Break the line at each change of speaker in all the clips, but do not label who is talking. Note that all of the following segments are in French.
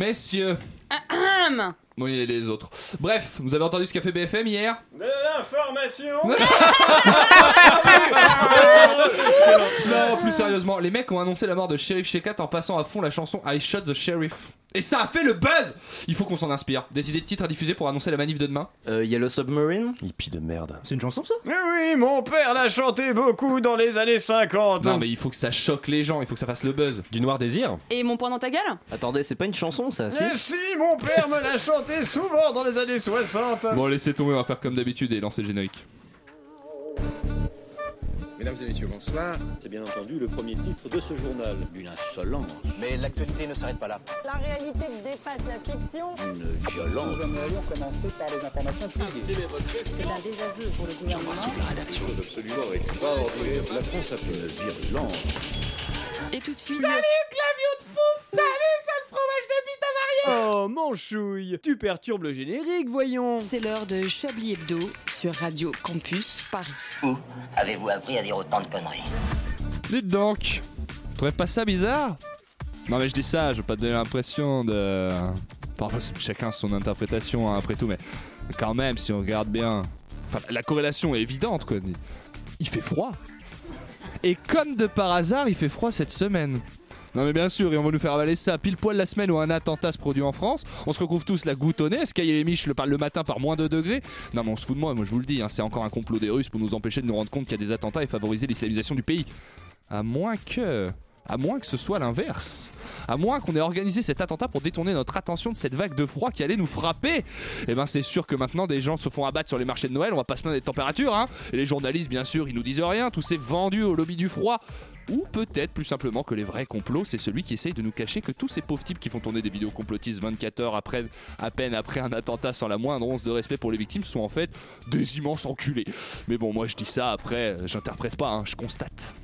Messieurs. Oui, et les autres. Bref, vous avez entendu ce qu'a fait BFM hier
De l'information
Ah.
Non, plus sérieusement, les mecs ont annoncé la mort de Sheriff Shekat en passant à fond la chanson I Shot the Sheriff. Et ça a fait le buzz Il faut qu'on s'en inspire. Des idées de titres à diffuser pour annoncer la manif de demain
Euh, Yellow Submarine Eh
Hippie de merde.
C'est une chanson ça
Mais oui, mon père l'a chanté beaucoup dans les années 50.
Non, mais il faut que ça choque les gens, il faut que ça fasse le buzz.
Du Noir Désir
Et mon point dans ta gueule
Attendez, c'est pas une chanson ça, si
Mais si, mon père me l'a chanté souvent dans les années 60.
Bon, laissez tomber, on va faire comme d'habitude et lancer le générique.
Mesdames et messieurs, bonsoir. C'est bien entendu le premier titre de ce journal. Une insolence.
Mais l'actualité ne s'arrête pas là.
La réalité dépasse la fiction.
Une violence.
Nous aimerions commencer par les informations publiques.
C'est un désaveu pour le gouvernement.
Absolument extraordinaire. La France a fait une virulence.
Et tout de suite.
Oh, mon chouille, tu perturbes le générique, voyons.
C'est l'heure de Chablis Hebdo sur Radio Campus Paris.
Où Oh. avez-vous appris à dire autant de conneries
Dites donc, tu trouvez pas ça bizarre Non, mais je dis ça, je veux pas te donner l'impression de. Enfin, c'est chacun son interprétation hein, après tout, mais quand même, si on regarde bien. Enfin, la corrélation est évidente, quoi. Il fait froid. Et comme de par hasard, il fait froid cette semaine. Non mais bien sûr, et on va nous faire avaler ça pile poil la semaine où un attentat se produit en France. On se retrouve tous la goutte au nez, escailler les miches le, par- le matin par moins de degrés. Non mais on se fout de moi, moi je vous le dis, hein, c'est encore un complot des Russes pour nous empêcher de nous rendre compte qu'il y a des attentats et favoriser l'islamisation du pays. À moins que... À moins que ce soit l'inverse. À moins qu'on ait organisé cet attentat pour détourner notre attention de cette vague de froid qui allait nous frapper. Et ben c'est sûr que maintenant des gens se font abattre sur les marchés de Noël, on va pas se plaindre des températures, hein. Et les journalistes, bien sûr, ils nous disent rien, tout c'est vendu au lobby du froid. Ou peut-être plus simplement que les vrais complots, c'est celui qui essaye de nous cacher que tous ces pauvres types qui font tourner des vidéos complotistes 24 heures après, à peine après un attentat sans la moindre once de respect pour les victimes sont en fait des immenses enculés. Mais bon, moi je dis ça après, j'interprète pas, hein, je constate.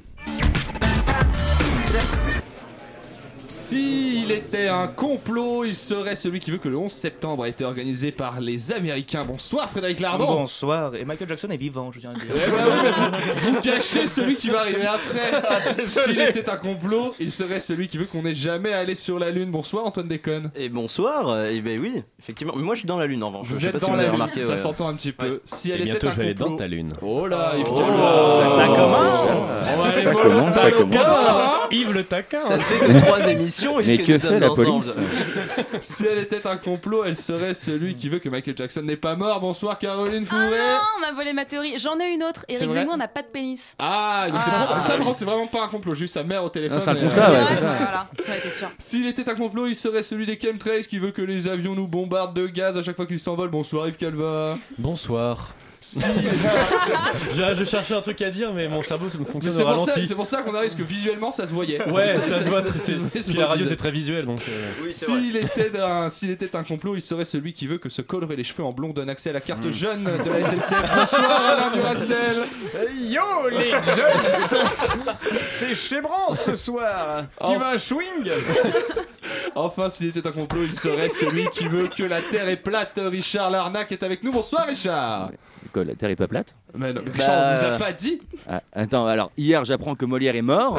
S'il était un complot, il serait celui qui veut que le 11 septembre a été organisé par les Américains. Bonsoir Frédéric Lardon
Bonsoir, et Michael Jackson est vivant, je tiens à le dire.
Eh ben oui, mais vous, vous cachez celui qui va arriver
Ah,
après. S'il était un complot, il serait celui qui veut qu'on n'ait jamais allé sur la Lune. Bonsoir Antoine Déconne.
Et bonsoir, euh, et ben oui, effectivement. Mais moi je suis dans la lune en revanche.
Vous
je sais
êtes
pas
dans
si vous
la
avez
Lune,
remarqué.
ça
ouais.
s'entend un petit peu. Si elle
Et
était
bientôt
un
je vais aller
complot.
dans ta lune.
Oh là, Yves
Oh.
Calva.
Ça
commence
Ça
commence, ça hein.
Yves le taquin
Ça ne fait que trois émissions et
Mais que
nous
fait
sommes
la
ensemble.
police
Si elle était un complot, elle serait celui qui veut que Michael Jackson n'est pas mort. Bonsoir Caroline
Ah
Fourré.
non, on m'a volé ma théorie. J'en ai une autre.
C'est
Eric
vrai
Zemmour n'a pas de pénis.
Ah, donc c'est
Ah.
vraiment- ça par contre, c'est vraiment pas un complot. J'ai eu sa mère au téléphone. euh,
Non, c'est un
mais,
constat, Ah ouais,
C'est
c'est
vrai
ça.
Voilà, ouais, t'es sûr.
S'il était un complot, il serait celui des chemtrails qui veut que les avions nous bombardent de gaz à chaque fois qu'ils s'envolent. Bonsoir Yves Calva.
Bonsoir.
Si
Je, je cherchais un truc à dire, mais mon cerveau ça me
Mais
fonctionne
c'est
au
pour, ça,
ralenti.
c'est pour ça qu'on arrive, parce que visuellement ça se voyait.
Ouais, ça, se voit.
ça
c'est-
se voyait
Puis
sur
la radio,
le
c'est très visuel, donc. euh,
Oui, c'est vrai.
S'il était, un- s'il était un complot, il serait celui qui veut que se colorer les cheveux en blond donne accès à la
Hmm.
carte jeune Euh, de la SNCF. Bonsoir Alain Duracel
Yo, les jeunes C'est chébrant ce soir
Oh.
Tu vas un swing
Enfin, s'il était un complot, il serait celui qui veut que la Terre est plate. Richard Larnac est avec nous. Bonsoir Richard
Quoi, la terre est pas plate
Mais non, mais Richard, on vous a
euh,
pas dit
Ah, Attends, alors hier j'apprends que Molière est mort.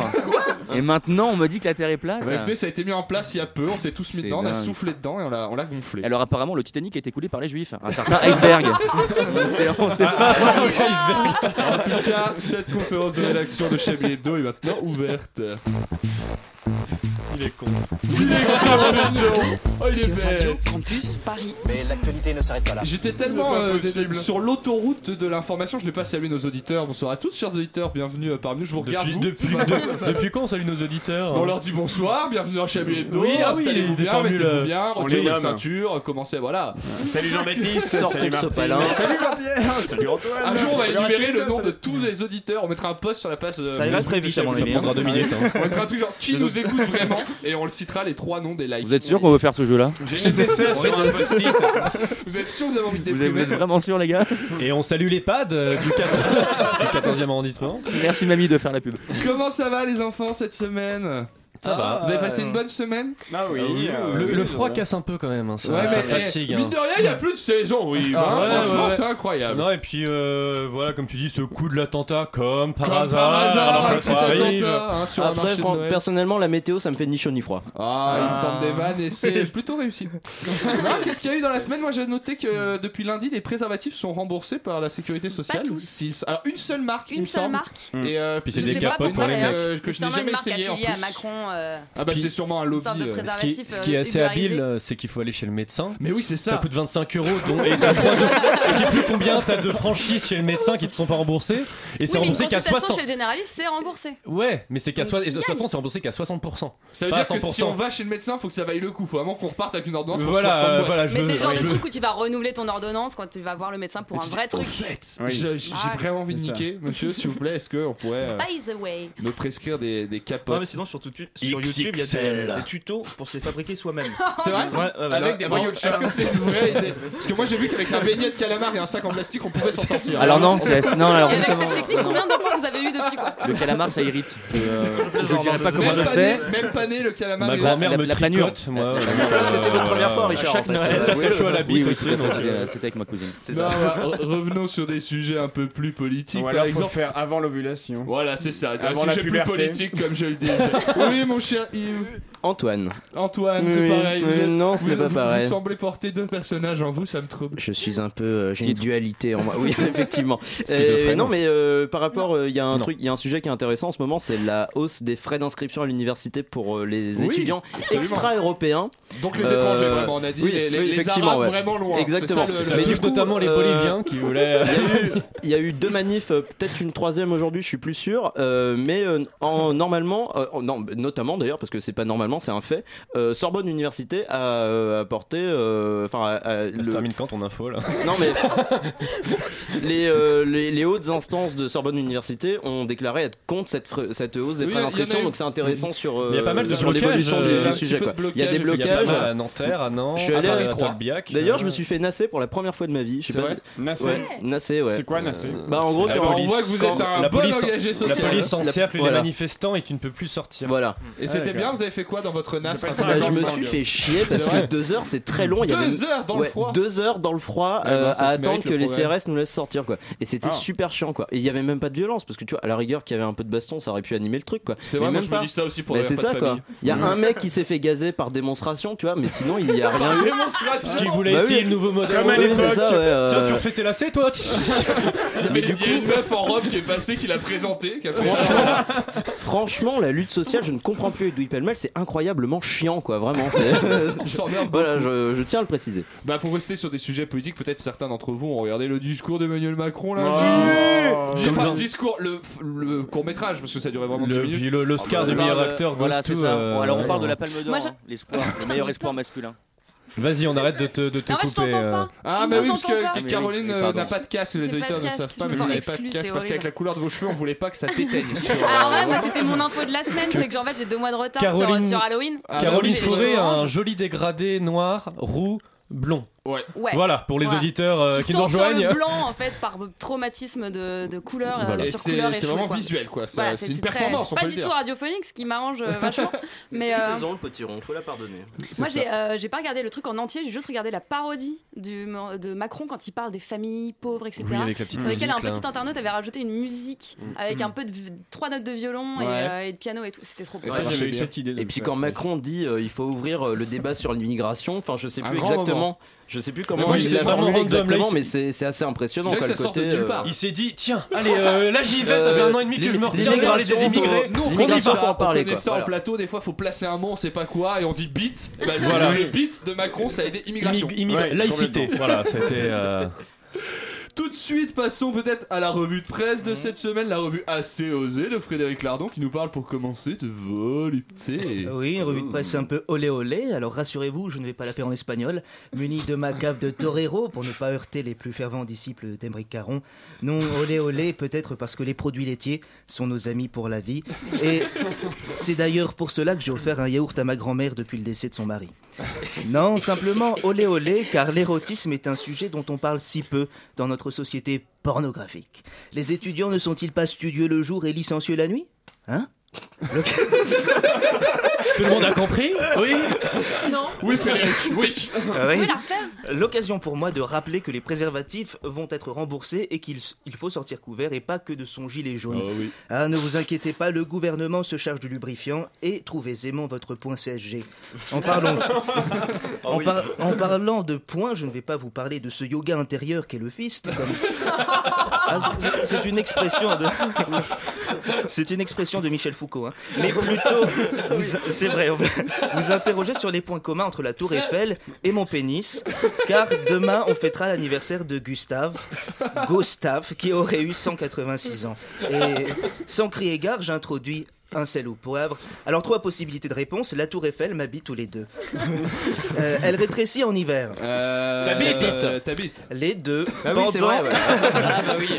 et maintenant on me dit que la terre est plate.
Bah, écoutez, ça a été mis en place il y a peu, on s'est tous mis
C'est
dedans, on a
dingue.
soufflé dedans et on l'a, on l'a gonflé.
Alors apparemment le Titanic a été coulé par les juifs. Un certain iceberg. Donc, c'est- on
Ah,
sait pas.
En tout cas, cette conférence de rédaction de Chablis Hebdo est maintenant ouverte.
Il est con.
Il est
Chablis Hebdo
Oh, il est
sur Radio
bête.
Campus Paris.
Mais l'actualité ne s'arrête pas
Bah,
là.
J'étais tellement
C'est pas
euh,
possible.
sur l'autoroute de l'information, je n'ai pas salué nos auditeurs. Bonsoir à tous, chers auditeurs, bienvenue euh, parmi nous. Je vous regarde.
Depuis,
vous.
depuis, de- depuis quand on salue nos auditeurs
On leur dit bonsoir, bienvenue dans Chablis Hebdo.
Hein. Oui, ah oui,
installez-vous
des
bien,
formules,
mettez-vous
euh,
bien,
on
retirez
les
votre
nomme.
ceinture, euh, commencez, voilà.
Salut Jean-Baptiste
Sortons
Salut
le
Martine
sopalin.
Salut Jean-Pierre Salut Antoine
Un jour, on va
Salut
énumérer le
Rachel,
nom de
salut.
tous les auditeurs. On mettra un post sur la page. euh,
Ça ira
Facebook
très
de
vite, à
Chablis
mon
Ça
avis,
Hebdo.
prendra deux minutes. hein.
On mettra un truc genre qui nous écoute vraiment et on le citera les trois noms des likes.
Vous êtes sûr qu'on veut faire ce jeu là
J'ai une TCS sur un post-it
Vous êtes sûr que vous avez envie de
vous êtes, vous
déprimer
êtes vraiment sûr les gars
Et on salue les pads euh, du, 4... e arrondissement.
Merci mamie de faire la pub.
Comment ça va les enfants cette semaine
Ça va.
Vous avez passé une bonne semaine
Ah oui.
euh, Le, le froid casse un peu quand même, hein, ça, ça
eh,
fatigue. hein.
Mine de rien, il n'y a plus de saison, oui.
Ah,
hein,
ouais,
franchement,
ouais, ouais.
c'est incroyable.
Non, et puis euh, voilà, comme tu dis, ce coup de l'attentat, comme par
Comme
hasard,
par hasard,
alors que
un
le
petit
train arrive.
attentat hein, sur un
Ah, Après,
marché de
fran-
Noël.
personnellement, la météo, ça me fait ni chaud ni froid.
Ah, il
Ah.
tente des vannes et c'est plutôt réussi. Non, Ah, Qu'est-ce qu'il y a eu dans la semaine Moi, j'ai noté que euh, depuis lundi, les préservatifs sont remboursés par la sécurité sociale.
tous.
S'ils- Alors, une seule marque, il
Une
me
seule
semble.
marque.
Et euh,
Hmm. Puis c'est
je
des
sais
capotes
pas,
pour
une
les
marque,
mecs.
euh, que je n'ai
sûrement
jamais
une marque
essayé en
affiliée à
plus.
Macron. euh,
Ah bah
Puis-
c'est sûrement un
une
lobby.
sorte de
euh.
préservatif.
Ce qui, ce qui est
euh,
assez
ubérisé.
habile, euh, c'est qu'il faut aller chez le médecin.
Mais oui, c'est
Ça,
ça.
coûte 25 euros, donc, et t'as 3 euros. Et je sais plus combien t'as de franchises chez le médin qui te sont pas remboursées. Et
Oui,
c'est
mais une
remboursé qu'à
consultation
60.
chez le généraliste, c'est remboursé.
Ouais, mais c'est qu'à
Donc,
60.
tu
et De toute
gagnes.
façon, c'est remboursé qu'à 60%.
Ça veut
Pas
dire que si
100%.
on va chez le médecin, faut que ça vaille le coup. Faut vraiment qu'on reparte avec une ordonnance pour 60
Voilà, euh,
boîtes.
voilà, je
Mais
veux-
c'est le genre
je
de
veux-
truc où tu vas renouveler ton ordonnance quand tu vas voir le médecin pour
Et
un
tu
vrai
dis, Au
truc.
fait,
Oui.
je- j'ai
Ah.
vraiment envie de
C'est ça.
niquer, monsieur, s'il vous plaît. Est-ce qu'on pourrait euh,
By the way.
me prescrire des, des
Non,
capotes
mais sinon, sur, tout- sur YouTube, il y a des, des tutos pour se les fabriquer soi-même.
C'est vrai
Ouais, ouais, ouais,
Avec
là-
des
non,
maillots de chat. Est-ce que c'est une vraie idée Parce que moi j'ai vu qu'avec un beignet de calamar et un sac en plastique on pouvait s'en sortir.
Alors non, c'est- non, alors
Et avec
justement,
cette technique, combien d'enfants vous avez eu depuis quoi
le calamar ça irrite. Euh, je dirais pas
je-
comment
même,
je le
pas
sais.
né, même pas né le calamar.
Ma
est-
grand-mère
La-
me
la planure.
tricote, moi.
La- la-
euh,
C'était ta première fois, Richard.
chaque
en fait.
Noël,
ça
Oui,
fait chaud à la
oui,
bite
oui,
aussi,
tout à fait,
donc,
c'était
euh,
c'était avec ma cousine.
C'est ça.
Non, voilà, re- revenons sur des sujets un peu plus politiques
Ou
par
alors, faut le
exemple.
faire avant l'ovulation.
Voilà, c'est ça,
Avant
un
la
sujet plus
puberté.
politique comme je le disais. oui, mon cher Yves,
Antoine.
Antoine, c'est
Oui,
pareil.
oui,
vous êtes-
non, ce
vous-
n'est pas
vous-
pareil.
Vous semblez porter deux personnages en vous, ça me trouble.
Je suis un peu. euh, j'ai une
Titre.
dualité en moi. Oui, effectivement. Euh,
Schizophrène.
non, mais euh, par rapport, euh, il y a un
Non.
truc, il y a un sujet qui est intéressant en ce moment, c'est la hausse des frais d'inscription à l'université pour euh, les
Oui,
étudiants
absolument.
extra-européens.
Donc les
Euh,
étrangers, vraiment, on a dit,
oui,
les, les-
oui,
les
effectivement,
Arabes
ouais.
vraiment loin.
Exactement.
C'est ça
Ça
le-
Mais
le-
du
touche
coup,
notamment les
euh,
Boliviens qui voulaient. euh,
Il y a eu- Il y a eu deux manifs, euh, peut-être une troisième aujourd'hui, je suis plus sûr, euh, mais euh, en, normalement, euh, en- non, notamment d'ailleurs, parce que c'est pas normalement, c'est un fait, euh, Sorbonne Université a euh, apporté, euh, enfin, a- a- le-
Ça se termine quand ton info là
non mais les, euh, les, les hautes instances de Sorbonne Université ont déclaré être contre cette, fre- cette hausse des
Oui,
frais
il y en a
d'inscription,
eu.
donc c'est intéressant sur, euh,
Mais il y a pas mal de
sur l'évolution
blocages,
du-
euh,
du,
un petit
sujet.
peu de
Quoi. Il y a des
blocages,
Il y a pas
blocages.
mal à Nanterre, à Nantes,
Je suis allé
à
à les
Tar-
trois.
Tolbiac.
D'ailleurs, je me suis fait nasser pour la première fois de ma vie. Je sais
C'est
pas
vrai
si-
Nasser.
Ouais, nasser, ouais.
C'est quoi, nasser
Bah en gros,
La
t'es
on
en-
police.
voit que vous êtes un
La
bon
police-
engagé
La
social.
police encercle les
Voilà.
manifestants et tu ne peux plus sortir. Ah,
Voilà.
Et c'était
d'accord.
bien, vous avez fait quoi dans votre NAS
J'ai passé
Bah,
un
je
grand
me
sang,
suis
bien.
fait chier
C'est
parce
vrai
que deux heures c'est très long. Il y avait
Deux heures dans le
Ouais,
froid.
deux heures dans le froid
Ouais,
euh,
bah, ça
à
se
attendre
mérite,
que
le
les
progrès.
CRS nous laissent sortir quoi. Et c'était
Ah.
super chiant quoi. Et il y avait même pas de violence parce que tu vois à la rigueur qu'il y avait un peu de baston ça aurait pu animer le truc quoi.
C'est
Mais
vrai, moi
même
je
pas.
me dis ça aussi pour
Bah,
les
c'est
repas
ça
de
quoi.
famille.
Il y a un mec qui s'est fait gazer par démonstration tu vois mais sinon il y a rien eu.
Démonstration
Parce qu'ils voulaient
Bah oui.
essayer le nouveau modèle.
Comme à
Oui, c'est ça, ouais, euh,
Tiens, tu refais tes lacets toi
Mais du coup, il y a une meuf en robe qui est passée, qui l'a présentée, qui a fait.
Franchement la lutte sociale je ne comprends plus Edoui Pellemel c'est incroyablement chiant quoi vraiment. c'est-
On s'emmerde.
voilà je, je tiens à le préciser.
Bah pour rester sur des sujets politiques, peut-être certains d'entre vous ont regardé le discours d'Emmanuel Macron là.
Oh.
Dis- enfin,
Comme
le
ça.
discours, le, le court métrage parce que ça durait vraiment 10
Le-
minutes. Ah,
puis le- L'Oscar de meilleur acteur, euh, Ghost
Voilà, c'est ça. Bon, alors on parle de la Palme d'Or,
Moi, Ah, je-
hein, l'espoir, le
Putain,
meilleur
mais
espoir masculin.
Vas-y, on arrête de te, de te
Non, mais je
couper.
t'entends
euh.
pas.
Ah
Je
bah
vous
oui parce
entends
que
pas.
Caroline
Oui,
euh,
pardon.
n'a pas de casque, les
J'ai
auditeurs
pas de
ne savent
casque, je
pas, mais
me
vous
sens
n'avez pas de
exclue,
casque
c'est
parce qu'avec
horrible.
la couleur de vos cheveux on voulait pas que ça téteigne. sur, euh,
Ah
Alors ouais, moi c'était mon info de la semaine, c'est que genre, en fait j'ai deux mois de retard sur-
Caroline-
sur, Halloween.
Ah,
Caroline
oui,
j'ai-
Sauvé
j'ai
a un
orange.
joli dégradé noir, roux, blond.
Ouais.
Voilà, pour les
Voilà.
auditeurs euh, qui nous
tombe sur
rejoignent.
le blanc en fait par traumatisme de, de couleur euh,
Voilà.
Et
sur
c'est
couleur et
c'est
cheveux,
vraiment
quoi.
visuel quoi, Ça-
Voilà,
c'est une
très-
performance
c'est
on
pas
peut le
du tout
dire.
radiophonique, ce qui m'arrange euh, vachement. mais euh,
le potiron faut la pardonner.
moi j'ai euh, j'ai pas regardé le truc en entier, j'ai juste regardé la parodie du, de Macron quand il parle des familles pauvres, etc.
la petite
sur lequel un petit internaute avait rajouté une
Mm.
musique avec un peu de v- trois notes de violon et,
Ouais.
euh, et de piano et tout. C'était trop
Et
cool.
ça,
Ouais,
marchait
j'avais eu
bien.
cette idée. de
Et
le
puis
faire.
quand Macron dit euh, il faut ouvrir euh, le débat sur l'immigration, enfin je sais
Un
plus
grand
exactement, je sais plus comment
moi,
il
c'est
l'a
vraiment
formulé
random, là,
exactement,
il-
mais c'est c'est assez impressionnant
C'est vrai
ça le
que ça sort de
côté. euh,
nulle part.
Il s'est dit, tiens, allez, euh, là j'y vais, ça fait un an et demi que je me retiens de parler des immigrés.
Nous, on
L'immigration,
connaît ça,
faut en
on
parler,
connaît
quoi.
ça en
Voilà.
plateau. Des fois, faut placer un mot, on sait pas quoi, et on dit beat. Bah, lui,
Voilà.
c'est Le beat de Macron, ça a aidé immigration.
Immig- immig-
Ouais,
laïcité. Voilà, c'était. euh,
Tout de suite, passons peut-être à la revue de presse de cette semaine, la revue assez osée de Frédéric Lardon qui nous parle pour commencer de volupté.
Oui, une revue de presse un peu olé olé. Alors rassurez-vous, je ne vais pas la faire en espagnol. Muni de ma gaffe de torero pour ne pas heurter les plus fervents disciples d'Emeric Caron. Non, olé olé, peut-être parce que les produits laitiers sont nos amis pour la vie. Et c'est d'ailleurs pour cela que j'ai offert un yaourt à ma grand-mère depuis le décès de son mari. Non, simplement olé olé, car l'érotisme est un sujet dont on parle si peu dans notre société pornographique. Les étudiants ne sont-ils pas studieux le jour et licencieux la nuit Hein Le-
Tout le monde a compris Oui
Non
Oui, Frédéric, oui.
Ah oui.
On peut la refaire
L'occasion pour moi de rappeler que les préservatifs vont être remboursés et qu'il s- il faut sortir couvert et pas que de son gilet jaune. Ah, ne vous inquiétez pas, le gouvernement se charge du lubrifiant et trouve aisément votre point CSG. En parlant, en, par- en parlant de points, je ne vais pas vous parler de ce yoga intérieur qu'est le fist. comme- Ah, c'est- c'est- c'est une expression de... C'est une expression de Michel Foucault. hein. Mais plutôt, vous- c'est vrai, on- vous interrogez sur les points communs entre la Tour Eiffel et mon pénis, car demain on fêtera l'anniversaire de Gustave, Gustave, qui aurait eu 186 ans. Et sans crier gare, j'introduis un sel ou poivre. Alors trois possibilités de réponse, la Tour Eiffel m'habite tous les deux. Euh, elle rétrécit en hiver.
T'habites euh, T'habites
Les deux.
Ah oui, c'est vrai, ouais. Ah bah oui.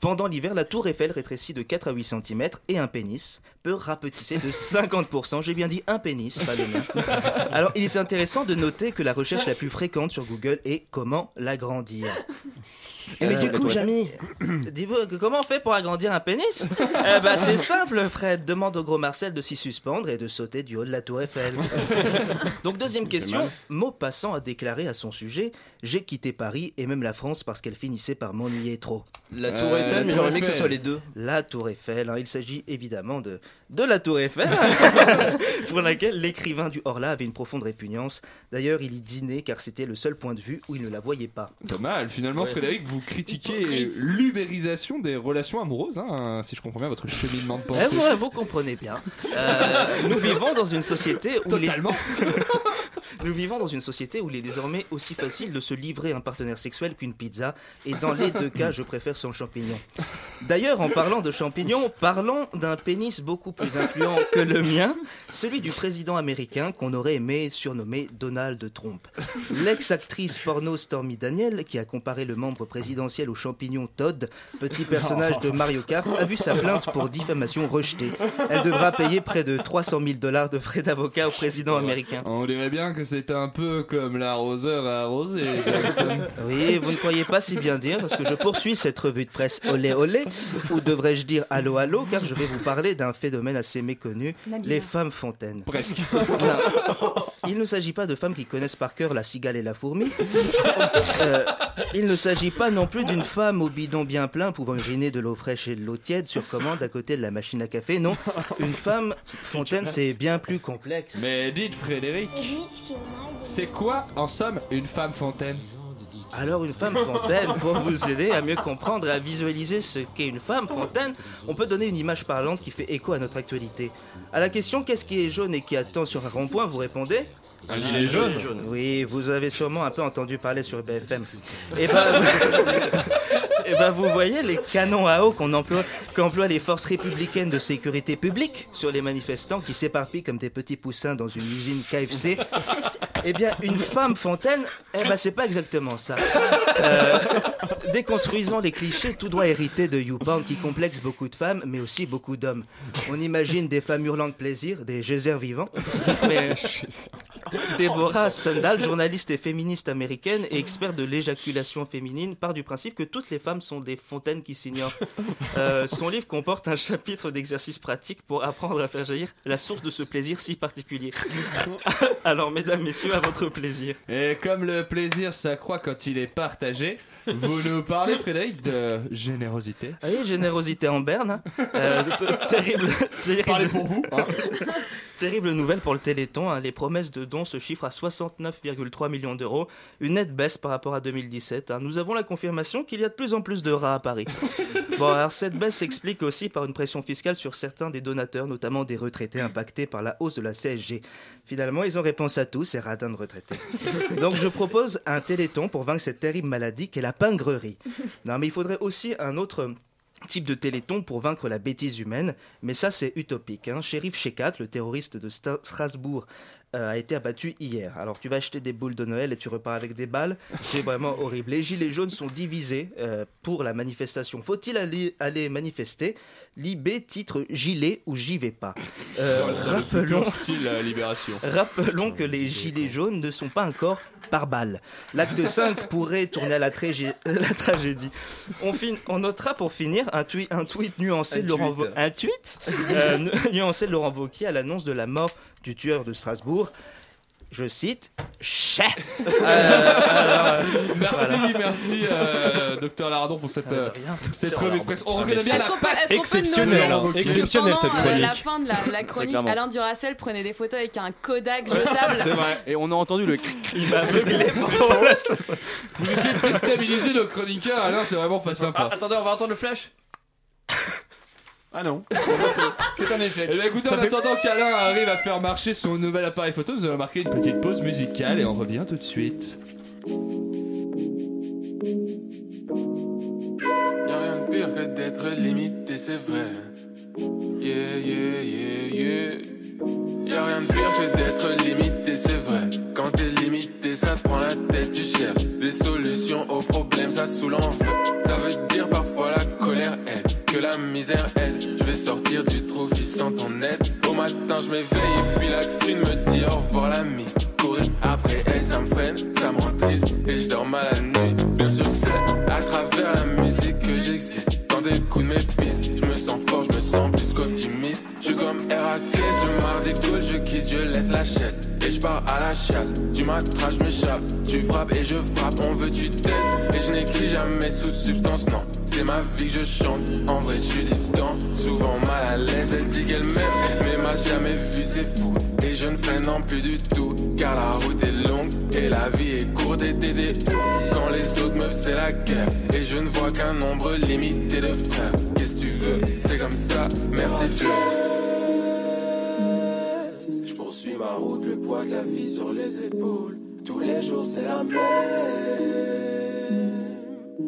Pendant l'hiver, la tour Eiffel rétrécit de 4 à 8 cm et un pénis peut rapetisser de 50%. J'ai bien dit un pénis, pas le mien. Alors, il est intéressant de noter que la recherche la plus fréquente sur Google est comment l'agrandir. Euh,
Eh, mais du coup,
Jamy, Euh, dis-vous que comment on fait pour agrandir un pénis Eh ben, c'est simple, Fred. Demande au gros Marcel de s'y suspendre et de sauter du haut de la tour Eiffel. Donc, deuxième question.
mal.
Maupassant a déclaré à son sujet J'ai quitté Paris et même la France parce qu'elle finissait par m'ennuyer trop.
La Tour Euh, Eiffel, la mais Tour j'aurais aimé que ce Eiffel. soit les deux.
La Tour Eiffel, hein. il s'agit évidemment de, de la Tour Eiffel, pour laquelle l'écrivain du Horla avait une profonde répugnance. D'ailleurs, il y dînait car c'était le seul point de vue où il ne la voyait pas.
Pas mal. Finalement,
Ouais.
Frédéric, vous critiquez l'ubérisation des relations amoureuses, hein, si je comprends bien votre cheminement de pensée.
Eh, vous, vous comprenez bien. Euh, nous vivons dans une société où
Totalement.
les... nous vivons dans une société où il est désormais aussi facile de se livrer à un partenaire sexuel qu'une pizza. Et dans les deux cas, je préfère son champignon. D'ailleurs, en parlant de champignons, parlons d'un pénis beaucoup plus influent que le mien, celui du président américain qu'on aurait aimé surnommer Donald Trump. L'ex-actrice porno Stormy Daniel, qui a comparé le membre présidentiel au champignon Todd, petit personnage de Mario Kart, a vu sa plainte pour diffamation rejetée. Elle devra payer près de 300 000 dollars de frais d'avocat au président américain.
On dirait bien que c'était un peu comme l'arroseur à arroser, Jackson.
Oui, vous ne croyez pas si bien dire parce que je poursuis cette revue de presse olé olé, ou devrais-je dire allô allô, car je vais vous parler d'un phénomène assez méconnu,
Nabila.
les femmes fontaines.
Presque.
Il ne s'agit pas de femmes qui connaissent par cœur la cigale et la fourmi. Euh, il ne s'agit pas non plus d'une femme au bidon bien plein pouvant uriner de l'eau fraîche et de l'eau tiède sur commande à côté de la machine à café. Non, une femme fontaine, c'est bien plus complexe.
Mais dites, Frédéric, c'est quoi, en somme, une femme fontaine
Alors une femme fontaine, pour vous aider à mieux comprendre et à visualiser ce qu'est une femme fontaine, on peut donner une image parlante qui fait écho à notre actualité. À la question qu'est-ce qui est jaune et qui attend sur un rond-point, vous répondez
Un gilet jaune.
Oui, vous avez sûrement un peu entendu parler sur BFM. Et ben, Eh ben, vous voyez les canons à eau qu'on emploie, qu'emploient les forces républicaines de sécurité publique sur les manifestants qui s'éparpillent comme des petits poussins dans une usine KFC. Eh bien, une femme fontaine, eh ben, c'est pas exactement ça. Euh, déconstruisons les clichés tout droit hérités de YouPorn qui complexe beaucoup de femmes, mais aussi beaucoup d'hommes. On imagine des femmes hurlant de plaisir, des geysers vivants. Mais Deborah Sandal, journaliste et féministe américaine et experte de l'éjaculation féminine, part du principe que toutes les femmes sont des fontaines qui s'ignorent. Euh, son livre comporte un chapitre d'exercices pratiques pour apprendre à faire jaillir la source de ce plaisir si particulier. Alors, mesdames, messieurs, à votre plaisir.
Et comme le plaisir s'accroît quand il est partagé, vous nous parlez, Frédéric, de générosité.
Ah oui, générosité en berne. hein. Euh, t- terrible, terrible. pour vous. terrible nouvelle pour le Téléthon. hein. Les promesses de dons se chiffrent à 69,3 millions d'euros. Une nette baisse par rapport à 2017. hein. Nous avons la confirmation qu'il y a de plus en plus de rats à Paris. Bon, alors cette baisse s'explique aussi par une pression fiscale sur certains des donateurs, notamment des retraités impactés par la hausse de la CSG. Finalement, ils ont réponse à tout, ces radins de retraités. Donc je propose un téléthon pour vaincre cette terrible maladie qu'est la pingrerie. Non, mais il faudrait aussi un autre euh, type de téléthon pour vaincre la bêtise humaine, mais ça c'est utopique. Hein. Shérif Shekat, le terroriste de Sta- Strasbourg, euh, a été abattu hier. Alors tu vas acheter des boules de Noël et tu repars avec des balles, c'est vraiment horrible. Les gilets jaunes sont divisés euh, pour la manifestation. Faut-il aller, aller manifester L'IB titre gilet ou j'y vais pas. Euh, rappelons.
style euh, libération.
Rappelons que les gilets jaunes ne sont pas un corps par balle. L'acte 5 pourrait tourner à la, trégé- la tragédie. On, fin- on notera pour finir un, tweet- un tweet nuancé
Un
de Laurent
tweet.
Vau- Un tweet Euh, nu- nuancé de Laurent Wauquiez à l'annonce de la mort du tueur de Strasbourg. Je cite, chat.
Euh,
euh,
Merci, merci, euh, docteur Lardon, pour cette, euh, cette revue de
Ah,
presse. On
Ah,
reconnaît bien la patte exceptionnelle. hein.
Exceptionnelle cette chronique. À euh, la fin de la, la chronique,
Clairement.
Alain Duracel prenait des photos avec un Kodak jetable.
C'est vrai. Et on a entendu le cric cric.
Vous essayez de déstabiliser le chroniqueur, Alain, c'est vraiment pas sympa.
attendez, on va entendre le flash Ah non. C'est un échec.
Eh bien, écoutez,
Ça
en
fait-
attendant qu'Alain arrive à faire marcher son nouvel appareil photo, nous allons marquer une petite pause musicale et on revient tout de suite.
Y'a rien de pire que d'être limité, c'est vrai. Yeah, yeah, yeah, yeah. Y'a rien de pire que d'être limité, c'est vrai. Quand t'es limité, ça te prend la tête, tu cherches des solutions aux problèmes, ça saoule en vrai. Ça veut dire parfois la colère aide, que la misère aide. Je vais sortir du trophy sans ton aide. Au matin, je m'éveille et puis la thune me dit au revoir l'ami. Courir après elle, ça me freine, ça me rend triste et je dors mal la nuit. Bien sûr, c'est à travers la musique que j'existe. Quand des coups de mes pistes, je me sens fort, je me sens plus qu'optimiste. Je suis comme Héraclès, je marre des couilles, je quitte, je laisse la chaise. Et je pars à la chasse, tu m'attrapes, je m'échappe. Tu frappes et je frappe, on veut, tu taises. Et je n'écris jamais sous substance, non. C'est ma vie que je chante, en vrai, je suis distant. Souvent mal à l'aise, elle dit qu'elle m'aime, mais m'a jamais vu, c'est fou. Et je ne freine non plus du tout, car la route est longue et la vie est courte et t'es des Quand les autres meufs, c'est la guerre, et je ne vois qu'un nombre limité de frères. Qu'est-ce que tu veux, c'est comme ça, merci Dieu. Je poursuis ma route, le poids de la vie sur les épaules. Tous les jours, c'est la même.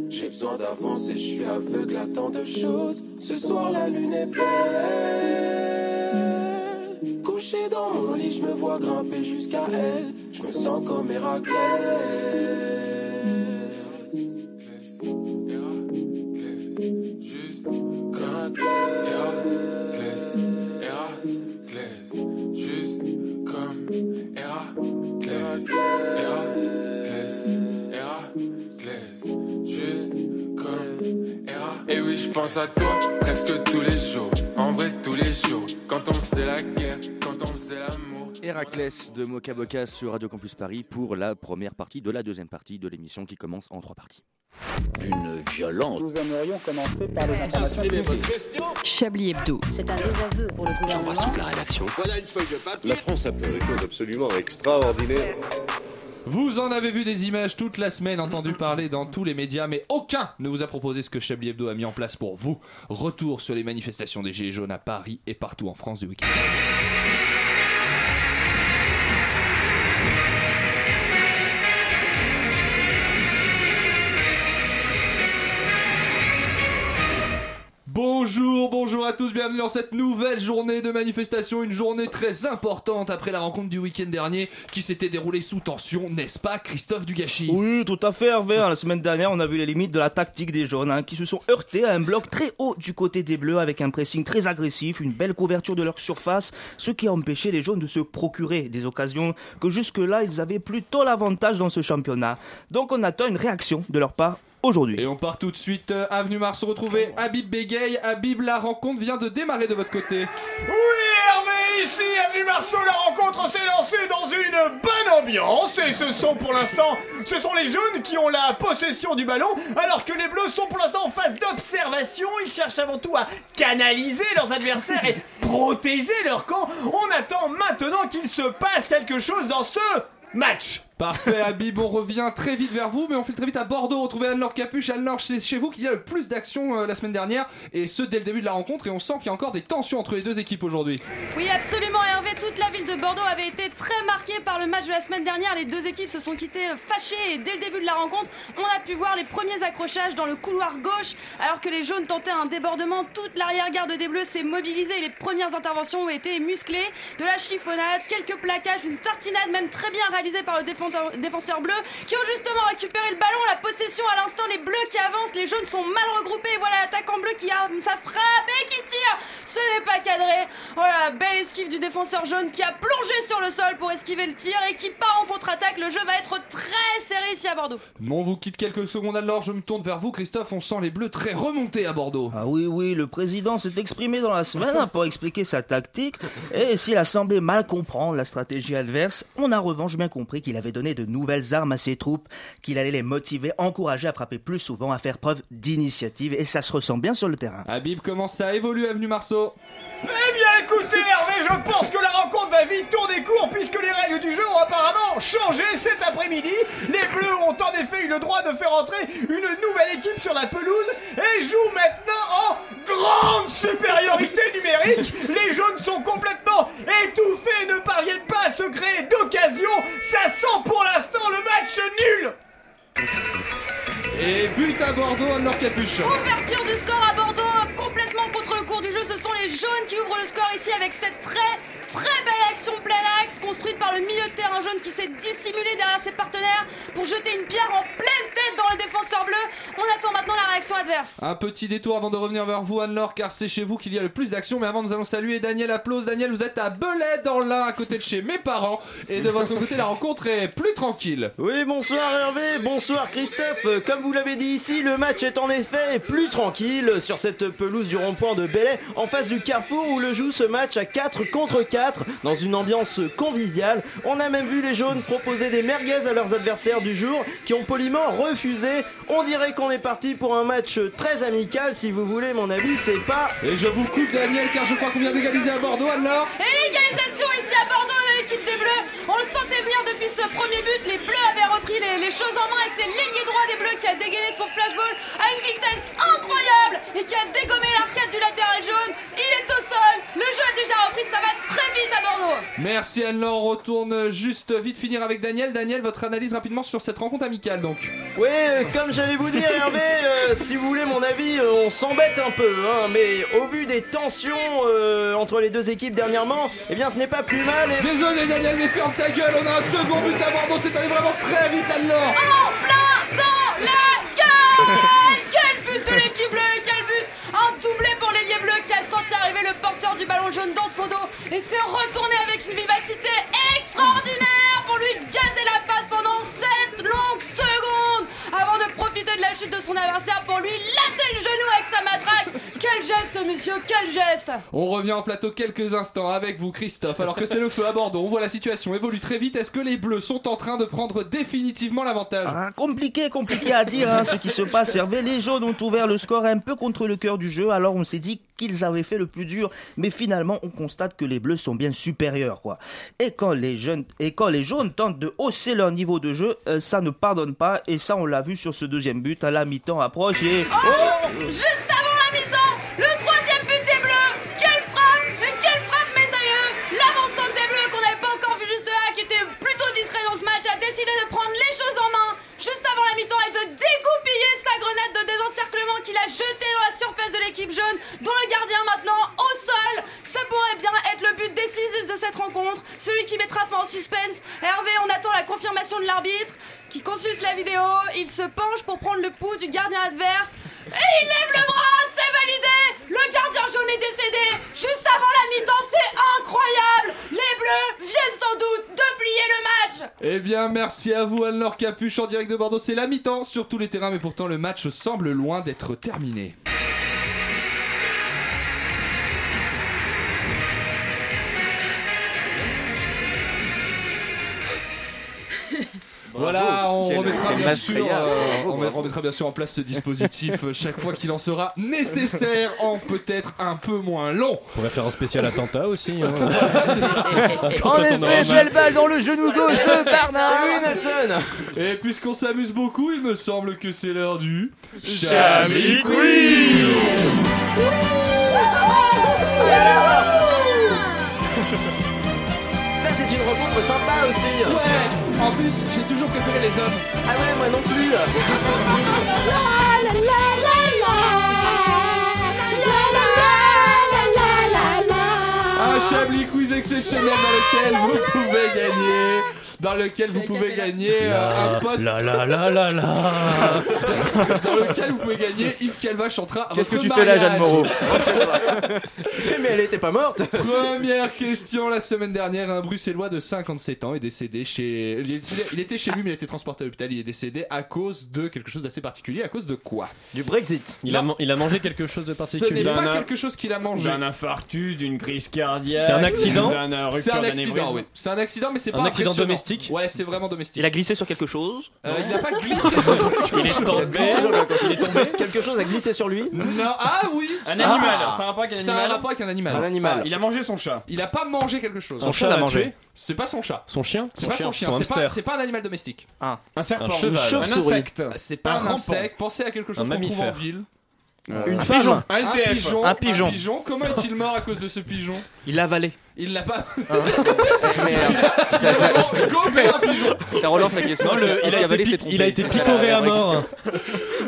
J'ai besoin d'avancer, je suis aveugle à tant de choses. Ce soir, la lune est belle. Couché dans mon lit, je me vois grimper jusqu'à elle. Je me sens comme Héraclès. Et oui, je pense à toi presque tous les jours. En vrai, tous les jours. Quand on faisait la guerre, quand on faisait l'amour.
Héraclès de Moka Boca sur Radio Campus Paris pour la première partie de la deuxième partie de l'émission qui commence en trois parties. Une violence.
Nous aimerions commencer par les informations
Chablis Hebdo. C'est un désaveu pour le gouvernement.
la rédaction. Voilà une feuille de papier. La France a fait des choses absolument extraordinaires.
Vous en avez vu des images toute la semaine, entendu parler dans tous les médias, mais aucun ne vous a proposé ce que Chablis Hebdo a mis en place pour vous. Retour sur les manifestations des Gilets jaunes à Paris et partout en France du week-end. Bonjour, bonjour à tous, bienvenue dans cette nouvelle journée de manifestation, une journée très importante après la rencontre du week-end dernier qui s'était déroulée sous tension, n'est-ce pas Christophe Dugachi
Oui, tout à fait, Hervé. La semaine dernière, on a vu les limites de la tactique des jaunes, hein, qui se sont heurtés à un bloc très haut du côté des bleus avec un pressing très agressif, une belle couverture de leur surface, ce qui a empêché les jaunes de se procurer des occasions que jusque-là, ils avaient plutôt l'avantage dans ce championnat. Donc, on attend une réaction de leur part aujourd'hui.
Et on part tout de suite, euh, Avenue Mars, se retrouver Habib Begay. Habib, la rencontre vient de démarrer de votre côté.
Oui, Hervé, ici, Avenue Marceau, la rencontre s'est lancée dans une bonne ambiance et ce sont pour l'instant, ce sont les jaunes qui ont la possession du ballon alors que les bleus sont pour l'instant en phase d'observation. Ils cherchent avant tout à canaliser leurs adversaires et protéger leur camp. On attend maintenant qu'il se passe quelque chose dans ce match.
Parfait, Habib, on revient très vite vers vous, mais on file très vite à Bordeaux. Retrouver Anne-Laure Capuche. Anne-Laure, c'est chez vous qu'il y a le plus d'action euh, la semaine dernière, et ce dès le début de la rencontre, et on sent qu'il y a encore des tensions entre les deux équipes aujourd'hui.
Oui, absolument, Hervé. Toute la ville de Bordeaux avait été très marquée par le match de la semaine dernière. Les deux équipes se sont quittées euh, fâchées et dès le début de la rencontre, on a pu voir les premiers accrochages dans le couloir gauche. Alors que les jaunes tentaient un débordement, toute l'arrière-garde des Bleus s'est mobilisée et les premières interventions ont été musclées. De la chiffonnade, quelques plaquages, une tartinade même très bien réalisée par le défenseur défenseurs, défenseurs bleus qui ont justement récupéré le ballon, la possession à l'instant, les bleus qui avancent, les jaunes sont mal regroupés, et voilà l'attaquant bleu qui a sa frappe et qui tire Ce n'est pas cadré Oh la belle esquive du défenseur jaune qui a plongé sur le sol pour esquiver le tir et qui part en contre-attaque, le jeu va être très serré ici à Bordeaux.
Bon, on vous quitte quelques secondes alors, je me tourne vers vous, Christophe. On sent les bleus très remontés à Bordeaux.
Ah oui, oui, le président s'est exprimé dans la semaine hein, pour expliquer sa tactique. Et s'il a semblé mal comprendre la stratégie adverse, on a en revanche bien compris qu'il avait donné de nouvelles armes à ses troupes, qu'il allait les motiver, encourager à frapper plus souvent, à faire preuve d'initiative. Et ça se ressent bien sur le terrain.
Habib, comment ça évolue, Avenue Marceau
Eh bien écoutez Hervé, je pense que la rencontre va vite tourner court puisque les règles du jeu ont apparemment changé cet après-midi. Les Bleus ont en effet eu le droit de faire entrer une nouvelle équipe sur la pelouse et jouent maintenant en grande supériorité numérique. Les jaunes sont complètement étouffés et ne parviennent pas à se créer d'occasion. Ça sent pour l'instant le match nul.
Et but à Bordeaux, Anne-Laure Capuche.
Ouverture du score à Bordeaux, euh, complètement contre le cours du jeu. Ce sont les jaunes qui ouvrent le score ici avec cette très très belle action plein axe construite par le milieu de terrain jaune qui s'est dissimulé derrière ses partenaires pour jeter une pierre en pleine tête dans le défenseur bleu. On attend maintenant la réaction adverse.
Un petit détour avant de revenir vers vous, Anne-Laure, car c'est chez vous qu'il y a le plus d'action. Mais avant, nous allons saluer Daniel. Applause. Daniel, vous êtes à Belay, dans l'un, à côté de chez mes parents. Et de votre côté, la rencontre est plus tranquille.
Oui, bonsoir Hervé, bonsoir Christophe. Euh, Comme vous l'avez dit ici, le match est en effet plus tranquille sur cette pelouse du rond-point de Belay, en face du carrefour où le joue ce match à 4 contre 4, dans une ambiance conviviale. On a même vu les jaunes proposer des merguez à leurs adversaires du jour, qui ont poliment refusé. On dirait qu'on est parti pour un match très amical, si vous voulez, mon avis, c'est pas...
Et je vous coupe, Daniel, car je crois qu'on vient d'égaliser à Bordeaux, Anne-Laure.
Et l'égalisation ici à Bordeaux de l'équipe des Bleus. On le sentait venir depuis ce premier but. Les Bleus avaient repris les, les choses en main et c'est l'ailier droit des Bleus qui a dégainé son flashball à une vitesse incroyable et qui a dégommé l'arcade du latéral jaune. Il est au sol. Le jeu est déjà repris. Ça va très vite à Bordeaux.
Merci Anne-Laure, on retourne juste vite finir avec Daniel. Daniel, votre analyse rapidement sur cette rencontre amicale donc.
Oui, euh, comme j'allais vous dire, Hervé, euh, si vous voulez mon avis, euh, on s'embête un peu, hein, mais au vu des tensions euh, entre les deux équipes dernièrement, eh bien ce n'est pas plus mal. Et...
Désolé Daniel, mais ferme ta gueule, on a un second but à Bordeaux, c'est allé vraiment très vite Anne-Laure.
En plein dans la gueule Quel but de l'équipe bleue Quel but Un doublé pour l'ailier bleu qui a senti arriver le porteur du ballon jaune dans son dos et s'est retourné avec une vivacité extraordinaire pour lui gazer la face pendant 7 longues secondes avant de profiter de la chute de son adversaire pour lui latter le genou avec sa matraque Quel geste, monsieur, quel geste
On revient en plateau quelques instants avec vous Christophe, alors que c'est le feu à Bordeaux, on voit la situation évolue très vite, est-ce que les Bleus sont en train de prendre définitivement l'avantage
Ah, compliqué, compliqué à dire hein, ce qui se passe. Hervé, les jaunes ont ouvert le score un peu contre le cœur du jeu, alors on s'est dit qu'ils avaient fait le plus dur. Mais finalement, on constate que les bleus sont bien supérieurs, quoi. Et quand les, jeunes, et quand les jaunes tentent de hausser leur niveau de jeu, euh, ça ne pardonne pas. Et ça, on l'a vu sur ce deuxième but. À la mi-temps approche et.
Oh Juste avant la mi-temps, le troisième but des Bleus Quelle frappe Mais Quelle frappe, mes aïeux L'avancement des Bleus, qu'on n'avait pas encore vu juste là, qui était plutôt discret dans ce match, a décidé de prendre les choses en main juste avant la mi-temps et de découpiller sa grenade de désencerclement qu'il a jetée dans la surface de l'équipe jaune, dont le gardien maintenant au sol Ça pourrait bien être le but décisif de cette rencontre, celui qui mettra fin au suspense. Hervé, on attend la confirmation de l'arbitre, qui consulte la vidéo, il se penche pour prendre le pouls du gardien adverse. Et il lève le bras, c'est validé Le gardien jaune est décédé juste avant la mi-temps, c'est incroyable Les Bleus viennent sans doute de plier le match
Eh bien merci à vous Anne-Laure Capuche en direct de Bordeaux, c'est la mi-temps sur tous les terrains mais pourtant le match semble loin d'être terminé. Voilà, on
Quel-
remettra,
quel
bien
match
sûr,
payable.
euh,
Bravo,
on
bravo.
remettra bien sûr en place ce dispositif euh, chaque fois qu'il en sera nécessaire, en peut-être un peu moins long.
On va faire un spécial attentat aussi. hein.
En effet, j'ai le
balle dans le genou gauche de Bernard
Oui, Nelson
Et puisqu'on s'amuse beaucoup, il me semble que c'est l'heure du
Chami Quiz
Ça, c'est une rencontre sympa aussi.
Ouais, en plus, j'ai toujours préféré les hommes.
Ah ouais, moi non plus.
Un Chablis Quiz exceptionnel dans lequel vous pouvez gagner dans lequel vous pouvez gagner euh,
La,
un poste.
la, la, la, la, la.
dans lequel vous pouvez gagner Yves Calva chantera
Qu'est-ce que
votre
tu fais là,
mariage.
Jeanne Moreau Mais elle était pas morte
Première question la semaine dernière, un Bruxellois de 57 ans est décédé chez. Il, est décédé- il était chez lui mais il a été transporté à l'hôpital. Il est décédé à cause de quelque chose d'assez particulier. À cause de quoi
Du Brexit.
Il a, man- il a mangé quelque chose de
Ce
particulier.
n'est pas
D'un-
quelque chose qu'il a mangé.
d'un
infarctus, d'une crise cardiaque.
C'est un accident
C'est un accident, oui. C'est un accident, mais c'est pas
Un accident
impressionnant.
domestique
Ouais, c'est vraiment domestique.
Il a glissé sur quelque chose
Euh, il n'a pas glissé sur
Il est tombé.
Il est tombé Quelque chose a glissé sur lui
Non, ah oui
Un
ça.
animal, ça a un rapport avec un
Ça a
animal
rapport avec Ah. un animal.
Un animal.
Il a mangé son chat.
Il a pas mangé quelque chose.
Son chat l'a mangé.
C'est pas son chat.
Son chien
C'est pas son chien. C'est pas, c'est pas un animal domestique.
Un serpent.
Un cheval.
Un insecte.
C'est pas un,
rampant.
insecte. Pensez à quelque chose
Un
qu'on trouve en
mammifère.
ville. Euh,
Une femme. pigeon.
Un SDF.
Un pigeon.
Un pigeon.
Comment est-il mort à cause de ce pigeon
Il l'a avalé.
Il l'a pas.
Ça, ça-
Go, mais un pigeon.
ça relance la question.
Non, le-
Est-ce
il a
qu'Avalet
été pic-
s'est trompé
il a été picoré à
La vraie
mort.
question.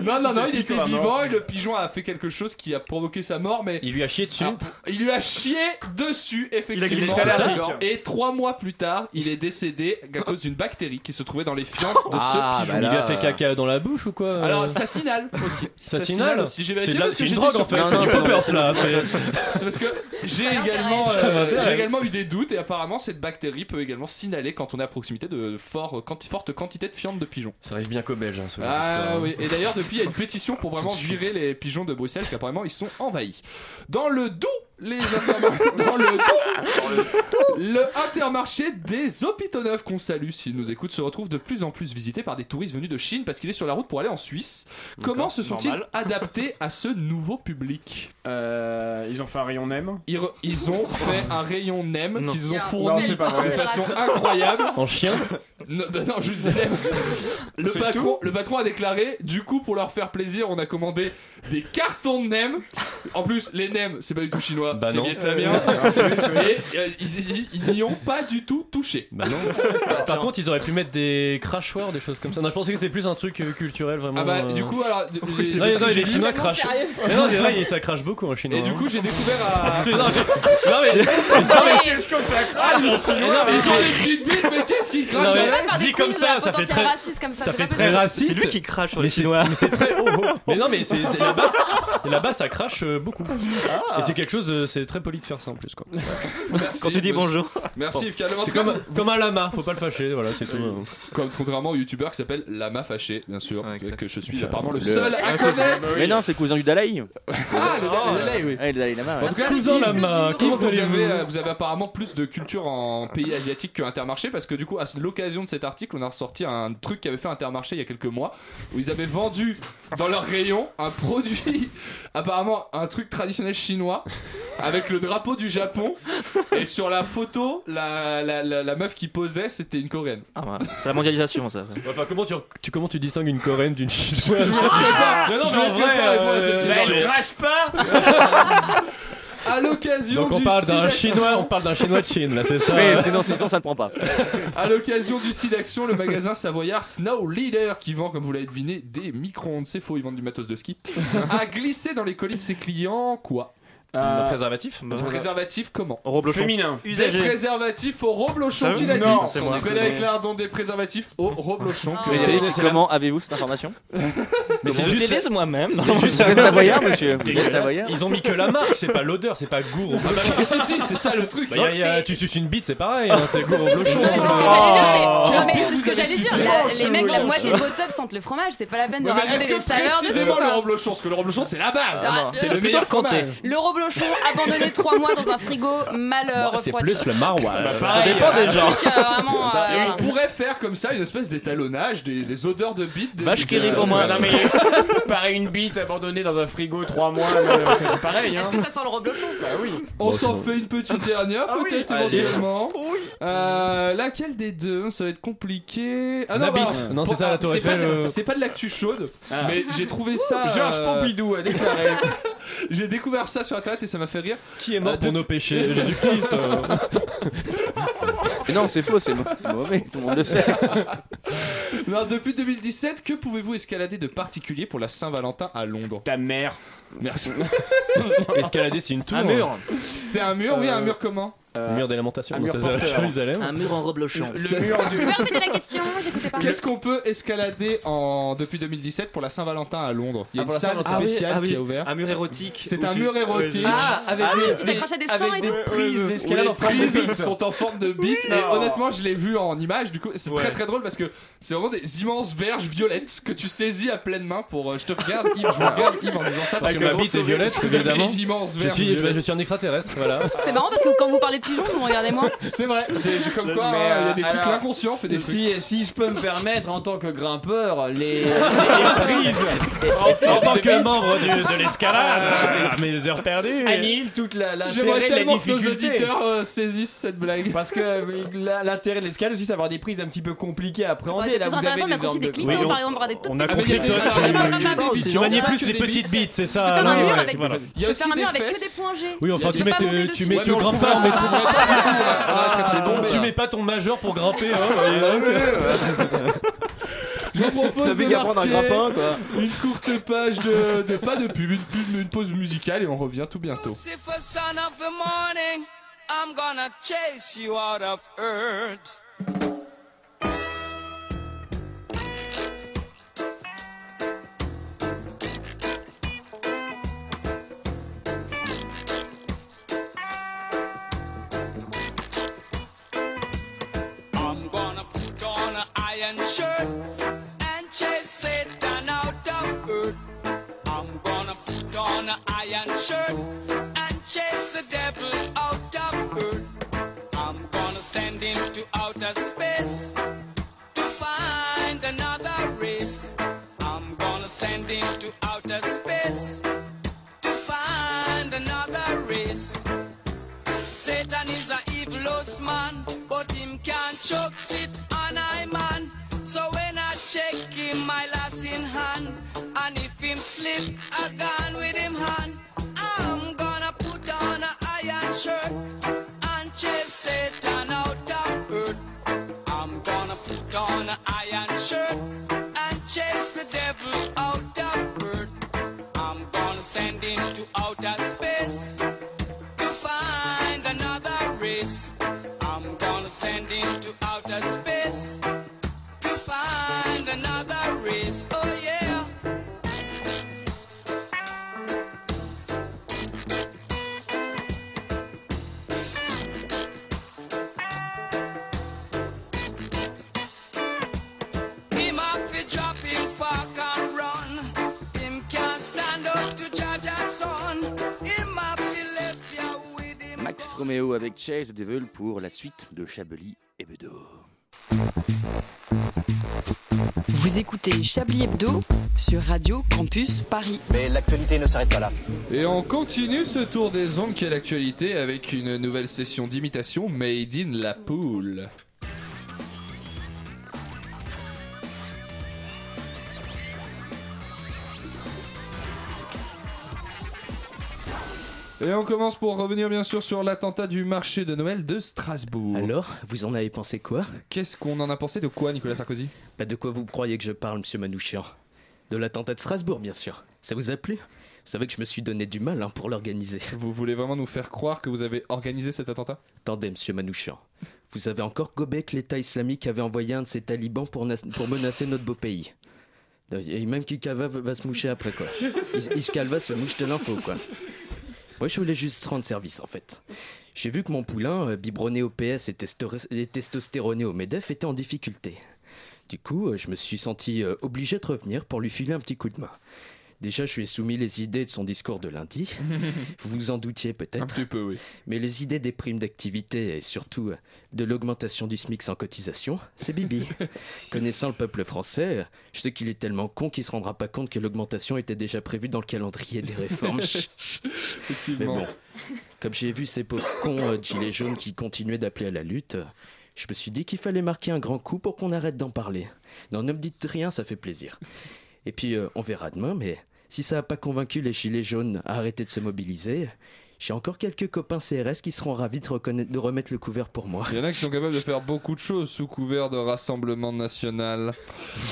Non, non, non, il
Piqué
était
à mort.
vivant et le pigeon a fait quelque chose qui a provoqué sa mort, mais
Il lui a chié dessus.
Ah, il lui a chié dessus, effectivement.
glissé, c'est ça.
D'accord. Et trois mois plus tard, il est décédé à cause d'une bactérie qui se trouvait dans les fientes de
Ah,
ce pigeon. Euh.
bah
Il
là.
lui a fait caca dans la bouche ou quoi euh
Alors, ça signale aussi.
Ça signale
aussi. J'ai
C'est
vérifié
de la-
parce que
c'est une
j'étais
drogue en
surpris.
fait.
Non,
C'est
non,
du
c'est
poppers
bon.
là.
C'est-
c'est-
C'est parce que j'ai également, euh, j'ai également eu des doutes et apparemment cette bactérie peut également signaler quand on est à proximité de fort, euh, quanti- fortes quantités de fientes de pigeons.
Ça arrive bien qu'aux Belges, hein, ce genre
Ah
d'histoire.
oui, et d'ailleurs depuis il y a une pétition pour vraiment virer les pigeons de Bruxelles parce qu'apparemment ils sont envahis. Dans le doux, les Intermarchés- dans le Doubs, le intermarché des hôpitaux neufs qu'on salue s'ils nous écoutent se retrouve de plus en plus visité par des touristes venus de Chine parce qu'il est sur la route pour aller en Suisse. Comment se sont-ils
normal.
adaptés à ce nouveau public
Euh, ils ont fait un rayon NEM.
ils, re- ils ont fait un rayon NEM
Non.
qu'ils ont
Non,
fourni
c'est pas
de
vrai.
façon incroyable.
En chien
Non, bah non, juste des nems. Le
C'est
patron, le patron a déclaré, du coup, pour leur faire plaisir, on a commandé des cartons de nems. En plus, les nems, c'est pas du tout chinois,
Bah
c'est
non.
vietnamien. Et euh, ils ils- ils n'y ont pas du tout touché.
Bah non. Par contre, ils auraient pu mettre des crachoirs, des choses comme ça. Non, je pensais que c'est plus un truc euh, culturel vraiment.
Ah bah,
euh,
du coup, alors. de- les-
Non,
de ce
non,
que
les
j'ai
Chinois
lu-
crachent.
Sérieux
Mais non, mais ouais, ça crache beaucoup en Chinois.
Et du
hein.
coup, j'ai découvert à.
C'est- non, mais- non, mais-
Qu'est-ce que ça crache
mais non, mais-
Ils ont des petites bites, mais qu'est-ce qu'ils
Non,
crachent
mais-
On va faire des
Dit comme
quiz
ça,
à
ça fait
potentiel
très-
raciste comme ça.
ça
c'est
fait
pas
très
possible.
raciste.
C'est lui qui crache sur
Mais
les
c'est-
Chinois.
mais c'est très. oh, oh. Mais non, mais c'est c'est- là-bas, ça- là-bas, ça crache euh, beaucoup. Et c'est quelque chose. de- C'est très poli de faire ça en plus, quoi.
Merci,
Quand tu dis
monsieur.
bonjour.
Merci, Yves Calva.
C'est comme, comme un lama, faut pas le fâcher, voilà, c'est tout.
Comme contrairement au youtubeur qui s'appelle Lama Fâché, bien sûr,
Ah,
Ouais, exact.
que je suis apparemment le, seul
Le-
à connaître.
Mais non, c'est le cousin du Dalai.
Ah, le Dalai, oui.
Ouais, le Dalai Lama. ouais.
En tout cas,
Cousin lama,
Yves,
comment
vous,
allez-vous
avez, euh, vous avez apparemment plus de culture en pays asiatique que Intermarché parce que du coup à l'occasion de cet article on a ressorti un truc qu'avait fait Intermarché il y a quelques mois où ils avaient vendu dans leur rayon un produit apparemment un truc traditionnel chinois avec le drapeau du Japon et sur la photo la, la, la- la meuf qui posait c'était une coréenne
Ah, voilà. C'est la mondialisation, ça. ça.
Enfin, comment tu, tu- comment tu distingues une coréenne d'une Ah. chinoise
non,
mais en vrai, euh,
Mais elle crache pas
à l'occasion
Donc on
du
parle d'un
Silex-
chinois, on parle d'un chinois de Chine, là, c'est ça hein.
Mais sinon, sinon, ça ne prend pas.
À l'occasion du site d'action, le magasin savoyard Snow Leader, qui vend, comme vous l'avez deviné, des micro-ondes, c'est faux, ils vendent du matos de ski, a glissé dans les colis de ses clients quoi
Un
Euh,
préservatif
Un préservatif comment
Au reblochon.
Féminin.
Des
Usagé.
préservatifs au reblochon,
Ça,
qui l'a dit
non,
c'est
On
moi.
connaît avec l'ardon des préservatifs au reblochon.
Ah.
que-
Mais c'est-
c'est- c'est
comment avez-vous cette information
Mais c'est
Je
juste.
t'ai moi-même.
C'est juste un savoyard, monsieur. Vous êtes
dégueulasse.
savoyard
Ils ont mis que la marque, c'est pas l'odeur, c'est pas goût.
Ah bah non, si, si, c'est ça le truc.
Bah, y a- y a-
C'est-
tu suces une bite, c'est pareil, hein, c'est goût au blochon.
Non, mais c'est ce que
Oh.
hein.
j'allais dire, c'est-
Quel
non, mais
bon
c'est
vous
ce que
avez
j'allais
su
dire.
ce
la-
manche,
les mecs, la
vous.
moitié de vos tops sentent le fromage. C'est pas la peine de
Ouais, mais
rajouter
est-ce
des
que
saveurs dessus.
précisément le
quoi.
reblochon Parce que le reblochon, c'est la base.
Ah, non,
c'est
c'est
le meilleur fromage.
Le reblochon abandonné 3 mois dans un frigo mal euh,
C'est
refroidi.
plus le maroilles.
Ça dépend des gens.
Donc, euh, vraiment, euh,
Et on
voilà.
pourrait faire comme ça une espèce d'étalonnage des, des odeurs de bites. des-
Vache qui
des-
rigole, moi.
Non mais euh, pareil une bite abandonnée dans un frigo 3 mois, non, mais c'est pareil hein.
euh,
Est-ce que ça sent le reblochon
Bah oui.
On s'en fait une petite dernière,
Ah oui.
peut-être
Allez.
éventuellement. Euh, laquelle des deux Ça va être compliqué. Ah
La
non, bah,
bite.
alors,
Non, c'est
pour-
ça, la Tour
c'est pas,
Eiffel,
de-
euh.
c'est pas de l'actu chaude,
Ah.
mais j'ai trouvé ça.
Georges
euh,
Pompidou a déclaré.
J'ai découvert ça sur internet et ça m'a fait rire.
Qui est
Euh,
mort pour
de-
nos péchés Jésus-Christ euh.
Mais Non, c'est faux, c'est mo- c'est mauvais, tout le monde le sait.
Non, depuis 2017, que pouvez-vous escalader de particulier pour la Saint-Valentin à Londres
Ta mère.
Merci.
Escalader, c'est une tour.
Un mur.
Euh.
C'est un mur, oui, un mur comment
Le mur des lamentations,
un
donc
mur
ça s'appelle
porteur.
Jérusalem.
Un mur en robe
Le-
C'est-
Le mur du.
Vous pouvez remettre la question, j'écoutais pas.
Qu'est-ce qu'on peut escalader en... depuis 2017 pour la Saint-Valentin à Londres Il y
Ah,
a une
pour la
salle
Saint-Valentin.
spéciale
Ah oui, ah oui.
qui est ouverte.
Un mur érotique.
C'est
où
un
tu-
mur érotique.
Ah, avec
Ah oui,
des-
tu
des-
t'accroches à des
avec
seins et
des
tout.
prises d'escalade
Les
en forme de
prises
bite.
sont en forme de bite et honnêtement je l'ai vu en image du coup c'est très très drôle parce que c'est vraiment des immenses verges violettes que tu saisis à pleine main pour euh, je te regarde Yves je vous regarde Yves en disant ça parce
Parce que ma bite est violette,
vous avez
évidemment.
une immense
Je
verge
suis, je,
bah,
violette.
je suis un extraterrestre, voilà.
C'est marrant parce que quand vous parlez de pigeons, vous me regardez moi.
C'est vrai, c'est c'est comme quoi hein, il
Mais,
y
euh,
a des trucs
alors,
l'inconscient fait des trucs.
si, si je peux me permettre, en tant que grimpeur, les, les prises en,
En tant
de
que
bite,
membre du- de l'escalade,
Euh,
à mes heures perdues.
annihile toute la-
J'aimerais
l'intérêt de la
tellement que nos
difficulté.
auditeurs
Oh,
euh, saisissent cette blague.
Parce que euh, la- l'intérêt de l'escalade aussi, c'est d'avoir des prises un petit peu compliquées à
Ça aurait
appréhender.
été
Là,
plus
vous avez
intéressant
des
d'apprécier
ordres
des
de
clitons par exemple, par des toutes
On a
petites
Ah, mais
compris
il y a-
que
il y a-
toi,
il y
tu- tu-
a- il y a- il y
tu-
a- il y
tu
a-
manies
il y a-
plus les
des
petites
bites.
bites, c'est
Tu peux
ça.
ah
euh,
faire un
ouais,
mur
ouais,
avec-
voilà.
Il y a
peux
aussi
faire un
des
mur avec que des
fesses.
points G.
Oui, enfin,
Tu
tu
peux
mets
pas monter
tes- tu
dessus.
mets
Ouais,
tu
mais on le Ah,
grimpes
trouvera
pas en mettant.
pas, on le trouvera pas, on va arrêter cette
Donc,
tombe,
tu
là.
mets pas ton majeur pour grimper,
Ah,
hein.
Je vous propose
T'avais
de
qu'à prendre un
marquer
grappin, quoi.
une courte page de, de- pas de pub, une, pub, une pause musicale et on revient tout bientôt.
Lucifer, son of the morning, I'm gonna chase you out of earth. I'm gonna put on an iron shirt and chase Satan out of earth. I'm gonna put on an iron shirt and chase the devil out of earth. I'm gonna send him to outer space to find another race. I'm gonna send him to outer space to find another race. Satan is a evil host man, but him can't choke it on I man. So when I check him, my lass in hand, and if him slip, I gone with him hand. I'm gonna put on a iron shirt and chase Satan out of earth. I'm gonna put on a iron shirt and chase the devil out of earth. I'm gonna send him to outer space to find another race. I'm gonna send him to outer space to find another race. Oh yeah. Him have to drop him fuck and run. Him can't stand up to judge a son. Him have to left ya with him.
Max Romeo avec Chase Devil pour la suite de Chablis et Bedo.
Vous écoutez Chablis Hebdo sur Radio Campus Paris.
Mais l'actualité ne s'arrête pas là.
Et on continue ce tour des ondes qui est l'actualité avec une nouvelle session d'imitation Made in la poule. Et on commence pour revenir bien sûr sur l'attentat du marché de Noël de Strasbourg.
Alors, vous en avez pensé quoi
Qu'est-ce qu'on en a pensé de quoi, Nicolas Sarkozy
Pas Bah, de quoi vous croyez que je parle, monsieur Manouchian De l'attentat de Strasbourg, bien sûr. Ça vous a plu Vous savez que je me suis donné du mal hein, pour l'organiser.
Vous voulez vraiment nous faire croire que vous avez organisé cet attentat
Attendez, monsieur Manouchian. Vous avez encore gobé que l'État islamique avait envoyé un de ses talibans pour, nas- pour menacer notre beau pays. Et même Kikava va va se moucher après, quoi. Is- Iskalva se mouche de l'info, quoi. Moi, je voulais juste rendre service, en fait. J'ai vu que mon poulain, euh, biberonné au PS et, testoré- et testostéroné au MEDEF, était en difficulté. Du coup, euh, je me suis senti euh, obligé de revenir pour lui filer un petit coup de main. Déjà, je lui ai soumis les idées de son discours de lundi. Vous vous en doutiez peut-être. Un
petit peu, oui.
Mais les idées des primes d'activité et surtout euh, de l'augmentation du SMIC sans cotisation, c'est Bibi. Connaissant le peuple français, euh, je sais qu'il est tellement con qu'il se rendra pas compte que l'augmentation était déjà prévue dans le calendrier des réformes. Chut, chut, chut. Mais
Effectivement.
bon, comme j'ai vu ces pauvres cons euh, de gilets jaunes qui continuaient d'appeler à la lutte, euh, je me suis dit qu'il fallait marquer un grand coup pour qu'on arrête d'en parler. Non, ne me dites rien, ça fait plaisir. Et puis, euh, on verra demain, mais si ça n'a pas convaincu les gilets jaunes à arrêter de se mobiliser, J'ai encore quelques copains CRS qui seront ravis de, reconnaître- de remettre le couvert pour moi.
Il y en a qui sont capables de faire beaucoup de choses sous couvert de Rassemblement National.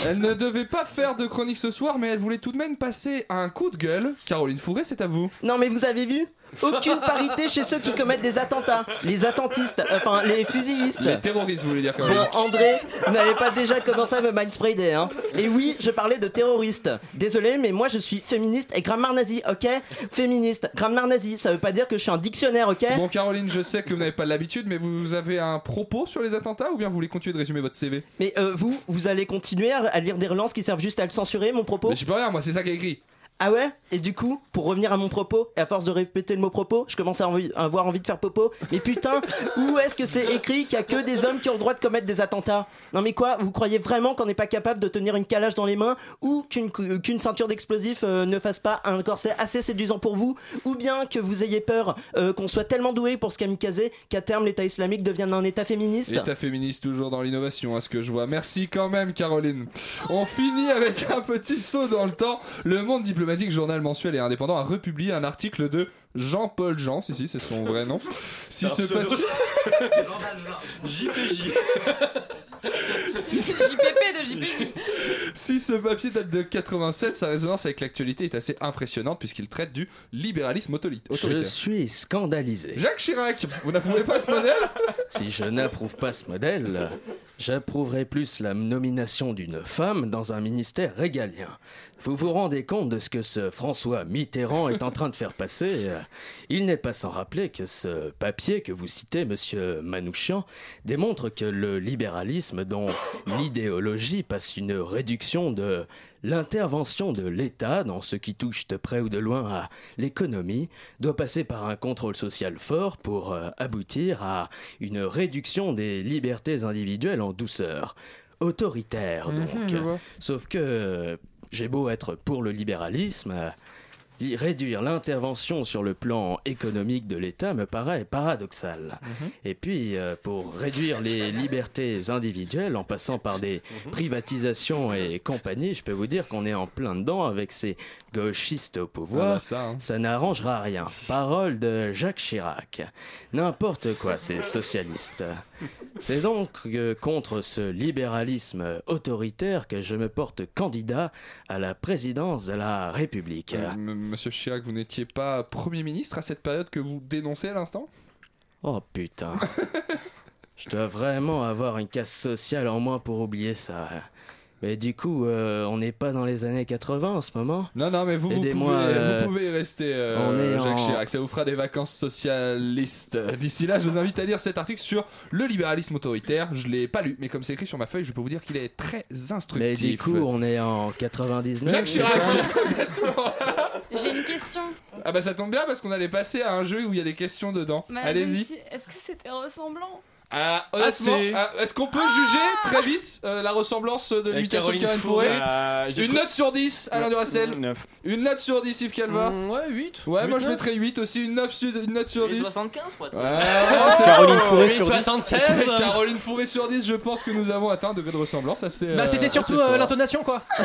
Elle ne devait pas faire de chronique ce soir, mais elle voulait tout de même passer à un coup de gueule. Caroline Fourré, c'est à vous.
Non mais vous avez vu Aucune parité chez ceux qui commettent des attentats. Les attentistes, euh, enfin les fusillistes.
Les terroristes, vous voulez dire, Caroline
Bon, André, vous n'avez pas déjà commencé à me mindspreader, hein Et oui, je parlais de terroristes. Désolé, mais moi je suis féministe et grammaire nazie, ok Féministe, grammaire nazie, ça veut pas dire que je suis un dictionnaire, ok
Bon, Caroline, je sais que vous n'avez pas l'habitude, mais vous avez un propos sur les attentats ou bien vous voulez continuer de résumer votre CV
Mais euh, vous, vous allez continuer à à lire des relances qui servent juste à le censurer, mon propos
Mais je peux rien, moi, c'est ça qui est écrit.
Ah ouais Et du coup, pour revenir à mon propos, et à force de répéter le mot propos, je commence à, envie- à avoir envie de faire popo. Mais putain, où est-ce que c'est écrit qu'il y a que des hommes qui ont le droit de commettre des attentats Non mais quoi Vous croyez vraiment qu'on n'est pas capable de tenir une calage dans les mains Ou qu'une cou- qu'une ceinture d'explosifs euh, ne fasse pas un corset assez séduisant pour vous Ou bien que vous ayez peur euh, qu'on soit tellement doué pour ce kamikaze qu'à terme l'État islamique devienne un État féministe
L'État féministe toujours dans l'innovation, à ce que je vois. Merci quand même, Caroline. On finit avec un petit saut dans le temps. Le Monde diplomatique, journal mensuel et indépendant, a republié un article de Jean-Paul Jean, si si, c'est son vrai nom. Si ce
pseudo.
papier-
JPJ.
Si ce-
JPP de JPP.
Si ce papier date de 87, sa résonance avec l'actualité est assez impressionnante puisqu'il traite du libéralisme autori-
Je
autoritaire.
suis scandalisé.
Jacques Chirac, vous n'approuvez pas ce modèle
Si je n'approuve pas ce modèle, j'approuverai plus la nomination d'une femme dans un ministère régalien. Vous vous rendez compte de ce que ce François Mitterrand est en train de faire passer euh, Il n'est pas sans rappeler que ce papier que vous citez, monsieur Manouchian, démontre que le libéralisme dont l'idéologie passe une réduction de L'intervention de l'État dans ce qui touche de près ou de loin à l'économie doit passer par un contrôle social fort pour euh, aboutir à une réduction des libertés individuelles en douceur. Autoritaire donc.
Mhm, je vois.
Sauf que euh, j'ai beau être pour le libéralisme, euh, y- réduire l'intervention sur le plan économique de l'État me paraît paradoxal. Et puis, euh, pour réduire les libertés individuelles en passant par des privatisations et compagnie, je peux vous dire qu'on est en plein dedans avec ces gauchistes au pouvoir.
Ah bah
ça n'arrangera rien. Parole de Jacques Chirac. N'importe quoi, ces socialistes. C'est donc euh, contre ce libéralisme autoritaire que je me porte candidat à la présidence de la République.
Euh, m- Monsieur Chirac, vous n'étiez pas Premier ministre à cette période que vous dénoncez à l'instant
Oh putain. Je dois vraiment avoir une casse sociale en moins pour oublier ça. Mais du coup, euh, on n'est pas dans les années 80 en ce moment.
Non, non, mais vous, vous, pouvez,
Aidez-moi, euh,
vous pouvez y rester, euh,
on est
Jacques
en-
Chirac. Ça vous fera des vacances socialistes. D'ici là, je vous invite à lire cet article sur le libéralisme autoritaire. Je l'ai pas lu, mais comme c'est écrit sur ma feuille, je peux vous dire qu'il est très instructif.
Mais du coup, on est en 99.
Jacques
c'est
Chirac,
ça
J'ai une question.
Ah bah ça tombe bien parce qu'on allait passer à un jeu où il y a des questions dedans.
Madame
Allez-y.
Jonesy, Est-ce que c'était ressemblant
Ah, honnêtement,
Assez.
ah, est-ce qu'on peut juger
Ah
très vite euh, la ressemblance de
Avec
l'imitation de
Caroline
Karen
Fourré.
Fourré
Ah, j'ai
Une
cru-
note sur 10, Alain
Ouais,
Duracel.
mm, neuf. Mm,
Une note sur 10, Yves Calva.
ouais, 8.
Ouais, moi je
neuf.
mettrais 8 aussi, une, 9 sur- une note sur
Et
10.
75 pour être-
Ouais,
Oh,
c'est-
Caroline Fourré sur 10. 76.
Caroline Fourré sur 10, je pense que nous avons atteint un degré de ressemblance assez.
Bah, c'était surtout, euh,
l'intonation quoi. Ouais,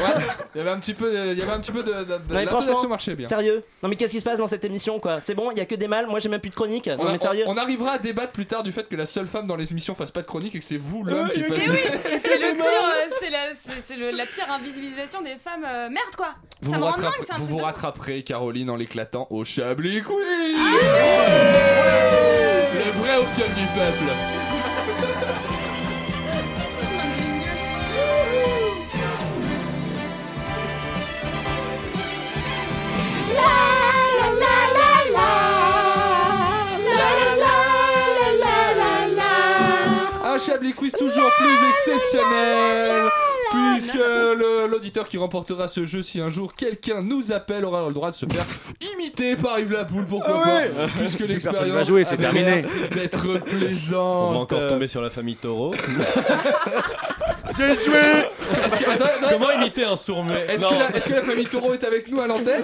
il y avait un petit peu, de- il y avait un petit peu de. de- de-
Non, mais
l'intonation
franchement,
marchait bien.
sérieux. Non mais qu'est-ce qui se passe dans cette émission quoi C'est bon, il y a que des mâles, moi j'ai même plus de chronique. Non
On, a-
mais sérieux.
on- on arrivera à débattre plus tard du fait que la seule femme dans les émissions fasse pas de chronique et que c'est vous l'homme qui
Mais
fasse.
oui, et c'est le pire, euh, c'est la, c'est- c'est le- la pire invisibilisation des femmes. euh, merde quoi
Vous
Ça
vous,
me rend dingue,
rattraperez,
ça
vous vous rattraperez, Caroline, en l'éclatant au Chablis Quiz Le vrai opium du peuple Un Chablis Quiz toujours plus exceptionnel Puisque le- l'auditeur qui remportera ce jeu, si un jour quelqu'un nous appelle, aura le droit de se faire imiter par Yves Lapoule, pourquoi
Ah ouais
pas Puisque
Plus personne
l'expérience
va jouer, c'est
a l'air
terminé.
D'être plaisante
On va encore tomber sur la famille Taureau.
J'ai joué
Comment imiter un sourd muet
Ah, Est-ce
Non.
que, la- est-ce que la famille Taureau est avec nous à l'antenne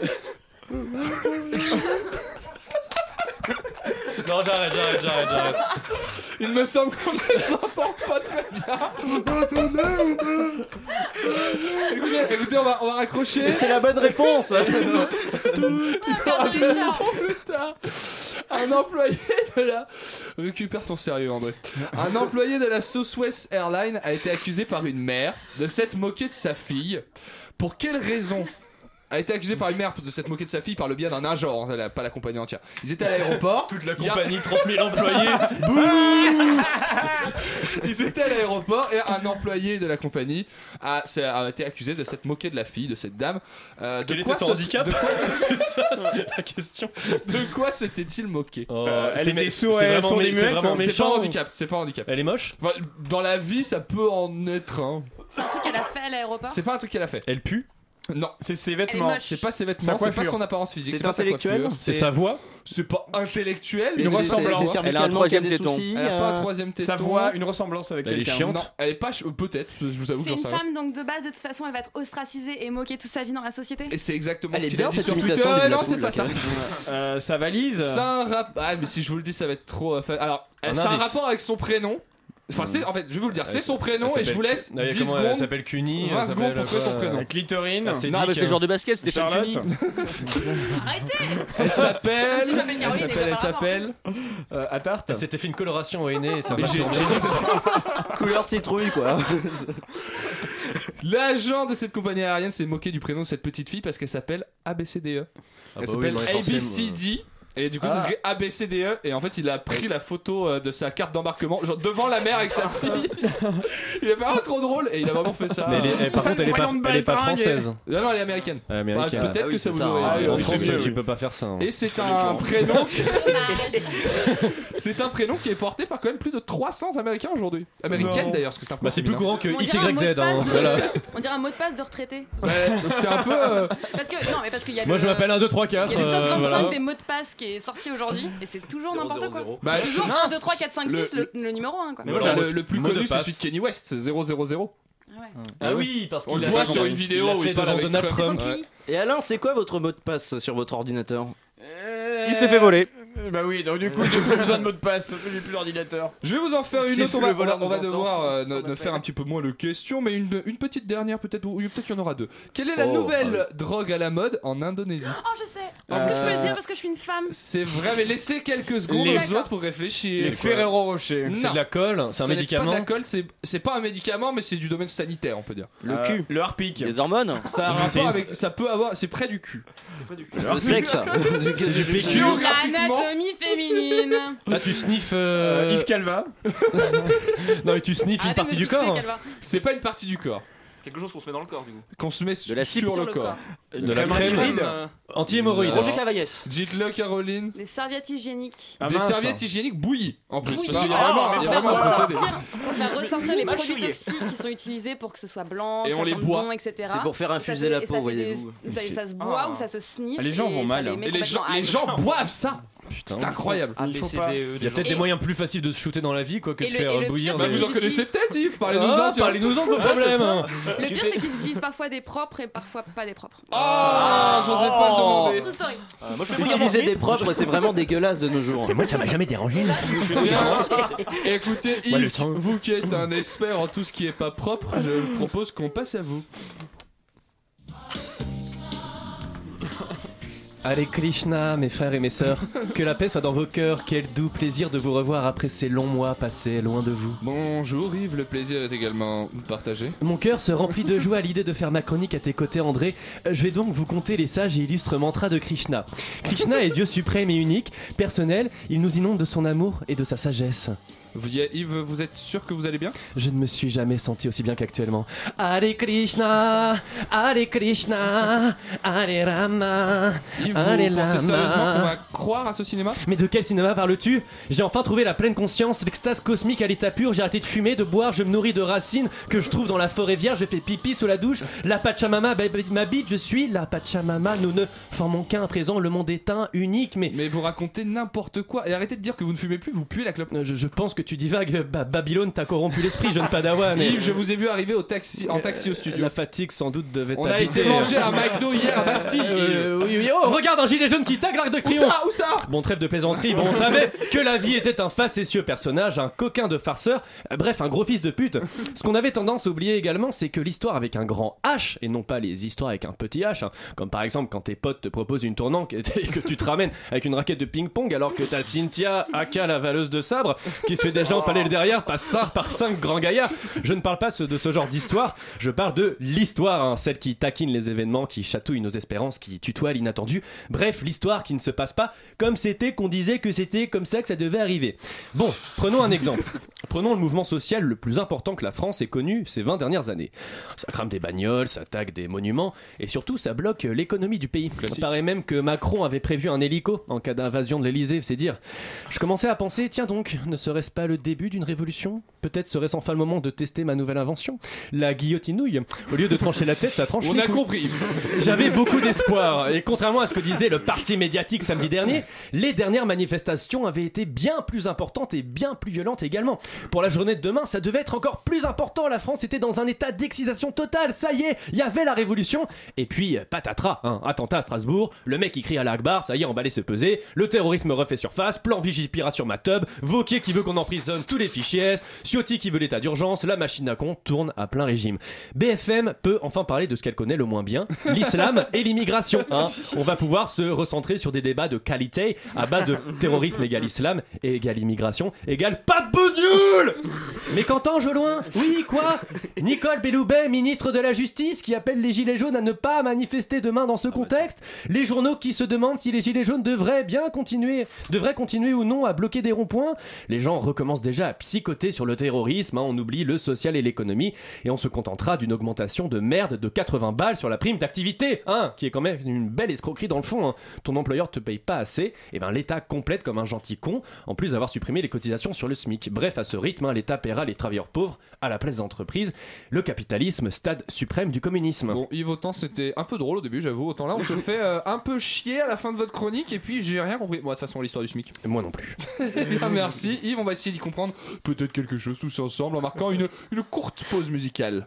Non, j'arrête, j'arrête, j'arrête, j'arrête.
Il me semble qu'on ne les entend pas très bien. écoutez, écoutez, on va, on va raccrocher.
C'est la bonne réponse.
Un employé de la. Récupère ton sérieux, André. Un employé de la Southwest Airlines a été accusé par une mère de s'être moqué de sa fille. Pour quelle raison a été accusé par une mère de s'être moqué de sa fille par le biais d'un agent, hein, la- pas la compagnie entière. Ils étaient à l'aéroport. Toute la
compagnie, 30 000 employés.
Ils étaient à l'aéroport et un employé de la compagnie a, ça a été accusé de s'être moqué de la fille, de cette dame. Euh, de
Quel
quoi
était son
se-
handicap
de quoi-
C'est ça, c'est la question.
De quoi s'était-il moqué
Euh, elle
c'est
était
mé-
sourde,
c'est
elle
vraiment
sourde
mé-
et
c'est
muette,
vraiment
c'est pas ou-
méchant. C'est pas handicap, c'est pas handicap.
Elle est moche
Dans la vie, ça peut en être hein. un.
C'est un truc qu'elle a fait à l'aéroport.
C'est pas un truc qu'elle a fait.
Elle pue
Non.
C'est ses
vêtements. Elle est moche.
C'est pas ses
Sa
vêtements, c'est pas
coiffure.
son apparence physique.
C'est
pas sa
intellectuel
coiffure,
C'est sa
voix
C'est pas intellectuel.
Une
mais c'est-
ressemblance.
c'est- c'est-
Elle a euh, un troisième téton.
Elle a pas un troisième téton.
Sa voix, une ressemblance avec
Elle est
quelqu'un.
chiante.
Non.
Non, elle est pas. ch- euh, Peut-être, je je vous avoue,
C'est
j'en
une
sais rien.
femme, donc de base, de toute façon, elle va être ostracisée et moquée toute sa vie dans la société.
Et c'est exactement
Elle
ce
est
qu'il
bien,
a dit
cette
sur Twitter.
imitation du
non,
Lazou,
c'est pas ça.
là, Euh, sa valise.
C'est un rap. Ah, mais si je vous le dis, ça va être trop. euh, fa- Alors,
Un
c'est un
indice.
rapport avec son prénom.
Mm.
Enfin, c'est en fait, je vais vous le dire, c'est son prénom et je vous laisse 10 secondes.
Elle s'appelle euh, Cuny.
20 secondes pour trouver son prénom.
euh,
Ah,
Clitorine.
Non, mais c'est le genre de basket, c'était pas
Charlotte.
Arrêtez
Elle s'appelle.
Si je m'appelle
Elle
Caroline,
s'appelle.
et
Elle
que ça a pas
s'appelle.
euh,
à tarte.
Elle s'était fait une coloration au henné et ça
Mais
m'a
j'ai-
tourné.
j'ai dit-
Couleur citrouille, quoi.
L'agent de cette compagnie aérienne s'est moqué du prénom de cette petite fille parce qu'elle s'appelle ABCDE.
Ah
E. Elle
bah
s'appelle
oui, bah forcément.
ABCD. E Et du coup,
Ah.
ça s'écrit ABCDE. E Et en fait, il a pris la photo euh, de sa carte d'embarquement, genre devant la mère avec sa fille. il a fait ah, trop drôle. Et il a vraiment fait ça.
Mais elle est- elle- par contre, elle est pas- elle est pas française.
Non, non, elle est américaine.
Elle est américaine.
Bah, Peut-être
Ah oui,
que ça
c'est
vous
ça,
l'aurait
hein.
dit.
En
Oui,
France,
c'est mieux,
tu
oui.
peux pas faire ça, hein.
Et c'est un prénom. qui- c'est un prénom qui est porté par quand même plus de 300 américains aujourd'hui. Américaines
Non.
d'ailleurs, parce que c'est un
Bah, c'est plus courant que
On
XYZ.
dirait un mot de
hein,
passe de-
voilà.
On dirait un mot de passe de retraité.
Ouais, c'est un peu. euh,
Parce que, non, mais parce qu'il y a
Moi,
le-
je m'appelle 1, 2, 3,
Il
4.
y a le top
euh,
25
voilà.
des mots de passe qui est sorti aujourd'hui et c'est toujours n'importe quoi.
Bah,
toujours
c'est-
1, 2, 3, 4, 5,
le-
6, le, le numéro 1. Quoi.
Mais voilà, le, le plus connu, c'est celui de Kenny West, c'est 000.
Ah oui, parce
On
qu'il
le
a
voit
fait
sur
dans-
une vidéo
il l'a
où
fait
il parle
devant
avec
Donald
Trump.
Trump.
Ouais.
Et Alain, c'est quoi votre mot de passe sur votre ordinateur
Euh,
Il s'est fait voler.
Bah oui, donc du coup, j'ai plus besoin de mot de passe. J'ai plus d'ordinateur.
Je vais vous en faire une
Si
autre. On
le
va,
voleur
on va- on va
nous entend,
devoir euh, ne, ne faire un petit peu moins de questions, mais une, une petite dernière peut-être. ou- ou Peut-être qu'il y en aura deux. Quelle est la
Oh,
nouvelle drogue à la mode en Indonésie
Oh, je sais Est-ce que je peux le dire parce que je suis une femme
Euh, C'est vrai, mais laissez quelques secondes
Les-
aux autres pour réfléchir.
Les Ferrero
Rocher.
C'est de la colle, c'est un
Pas
médicament.
de la colle, c'est- c'est pas un médicament, mais c'est du domaine sanitaire, on peut dire.
Le cul.
Euh,
Le harpic.
Les hormones
Ça, a
C'est-
rapport
c'est-
avec- ça peut avoir. C'est près du cul.
Le sexe.
C'est du PQ.
L'anatomie féminine
Là, tu sniffes. euh,
Yves Calva.
Non, mais tu sniffes une
Arrêtez de
partie
me
du
fixer,
corps.
Calva.
C'est pas une partie du corps.
Quelque chose qu'on se met dans le corps, du coup.
Qu'on se met
De la cible
sur le corps.
De la crème.
euh,
Anti-hémorroïde.
Roger Cavaillès.
Dites-le, Caroline.
Les serviettes hygiéniques.
des serviettes hygiéniques bouillies en plus.
Bouillies.
Parce qu'il y a
Alors,
vraiment, il y a
Ah, pour,
vraiment un
faire
procédé.
ressortir, pour faire ressortir les produits
Mâchouiller.
toxiques qui sont utilisés pour que ce soit blanc,
Et
que
on
ça
les
sente
boit.
bon, etc.
C'est pour faire
Et ça fait
infuser la
des-
peau,
ça fait
voyez-vous.
des- Ça, ça se
Ah.
boit ou ça se sniffe.
Les gens
et
vont
ça
mal. hein.
les met
Et les gens,
complètement
les
high.
gens boivent ça. Ah, C'est incroyable.
Il faut pas. Il y a peut-être
Et-
des moyens plus faciles de se shooter dans la vie quoi que
Et
de
le-
faire
et le
bouillir.
pire, Bah, c'est
vous en
qu'ils
connaissez
utilisent-
peut-être, Yves. Parlez-nous-en,
Ah,
tiens.
parlez-nous-en de vos
Ouais, c'est
problèmes.
ça.
hein.
Le pire, c'est qu'ils utilisent parfois des propres et parfois pas des propres. Oh.
Ah, j'osais pas le demander.
True story.
Utiliser des propres, c'est vraiment dégueulasse de nos jours.
Moi, ça m'a jamais dérangé.
Bien. Écoutez,
Ouais, le
Yves,
temps.
vous qui êtes un expert en tout ce qui est pas propre, je vous propose qu'on passe à vous.
Allez Krishna, mes frères et mes sœurs, que la paix soit dans vos cœurs, quel doux plaisir de vous revoir après ces longs mois passés loin de vous.
Bonjour Yves, le plaisir est également partagé.
Mon cœur se remplit de joie à l'idée de faire ma chronique à tes côtés, André. Euh, Je vais donc vous conter les sages et illustres mantras de Krishna. Krishna est Dieu suprême et unique, personnel, il nous inonde de son amour et de sa sagesse.
Vous- Yves, vous êtes sûr que vous allez bien
Je ne me suis jamais senti aussi bien qu'actuellement. Hare Krishna, Hare Krishna, Hare Rama,
Yves, vous
Hare
pensez sérieusement qu'on va
Lama.
croire à ce cinéma
Mais de quel cinéma parles-tu J'ai enfin trouvé la pleine conscience, l'extase cosmique à l'état pur. J'ai arrêté de fumer, de boire, je me nourris de racines que je trouve dans la forêt vierge. Je fais pipi sous la douche. La Pachamama baby- m'habite, je suis la Pachamama. Nous ne formons qu'un à présent. Le monde est un, unique, mais.
Mais vous racontez n'importe quoi et arrêtez de dire que vous ne fumez plus, vous puez la clope.
Euh, Je, je pense que tu divagues. Ba- Babylone t'a corrompu l'esprit, jeune Padawan. Euh,
Yves, je vous ai vu arriver au taxi, en taxi au studio.
La fatigue sans doute devait
On a
t'habiter.
été manger à McDo hier à Bastille.
Euh, oui, oui. Oh, regarde un gilet jaune qui tague l'arc de
Où
triomphe.
ça Où ça
Bon, trêve de plaisanterie, bon, on savait que la vie était un facétieux personnage, un coquin de farceur, euh, bref, un gros fils de pute. Ce qu'on avait tendance à oublier également, c'est que l'histoire avec un grand H, et non pas les histoires avec un petit H, hein, comme par exemple quand tes potes te proposent une tournante et que tu te ramènes avec une raquette de ping-pong alors que t'as Cynthia, aka la valeuse de sabre, qui se fait déjà empaler le derrière par ça, par cinq grands gaillards. Je ne parle pas ce- de ce genre d'histoire, je parle de l'histoire, hein, celle qui taquine les événements, qui chatouille nos espérances, qui tutoie l'inattendu. Bref, l'histoire qui ne se passe pas comme c'était qu'on disait que c'était comme ça que ça devait arriver. Bon, prenons un exemple. Prenons le mouvement social le plus important que la France ait connu ces 20 dernières années. Ça crame des bagnoles, ça attaque des monuments et surtout ça bloque euh, l'économie du pays. Il paraît même que Macron avait prévu un hélico en cas d'invasion de l'Elysée, c'est dire. Je commençais à penser, tiens donc, ne serait-ce pas le début d'une révolution Peut-être serait-ce enfin le moment de tester ma nouvelle invention, la guillotinouille. Au lieu de trancher la tête, ça tranche
On
les
a
couilles.
compris.
J'avais beaucoup d'espoir. Et contrairement à ce que disait le parti médiatique samedi dernier, les dernières manifestations avaient été bien plus importantes et bien plus violentes également. Pour la journée de demain, ça devait être encore plus important. La France était dans un état d'excitation totale. Ça y est, il y avait la révolution. Et puis, euh, patatras, hein, attentat à Strasbourg. Le mec qui crie à l'Akbar, ça y est, emballé se peser. Le terrorisme refait surface. Plan Vigipirate sur ma tub. Vauquier qui veut qu'on emprisonne tous les fichiers S. Ciotti qui veut l'état d'urgence. La machine à compte tourne à plein régime. BFM peut enfin parler de ce qu'elle connaît le moins bien, l'islam et l'immigration. hein. On va pouvoir se recentrer sur des débats de qualité à base de terrorisme égale islam et égale immigration égale pas de bougnoule Mais qu'entends-je au loin Oui, quoi Nicole Belloubet, ministre de la Justice, qui appelle les Gilets jaunes à ne pas manifester demain dans ce contexte Les journaux qui se demandent si les Gilets jaunes devraient bien continuer, devraient continuer ou non à bloquer des ronds-points Les gens recommencent déjà à psychoter sur le terrorisme, hein, on oublie le social et l'économie, et on se contentera d'une augmentation de merde de 80 balles sur la prime d'activité, hein, qui est quand même une belle escroquerie dans le fond. hein. Ton employeur te paye pas assez, et ben l'État complète comme un gentil con, en plus d'avoir supprimé les cotisations sur le SMIC. Bref, à ce rythme, hein, l'État paiera les travailleurs pauvres à la place des entreprises. Le capitalisme, stade suprême du communisme.
Bon, Yves, autant c'était un peu drôle au début, j'avoue. Autant là, on se fait euh, un peu chier à la fin de votre chronique et puis j'ai rien compris. Moi, de toute façon, l'histoire du SMIC.
Moi non plus.
Eh bien, merci Yves, on va essayer d'y comprendre peut-être quelque chose tous ensemble en marquant une, une courte pause musicale.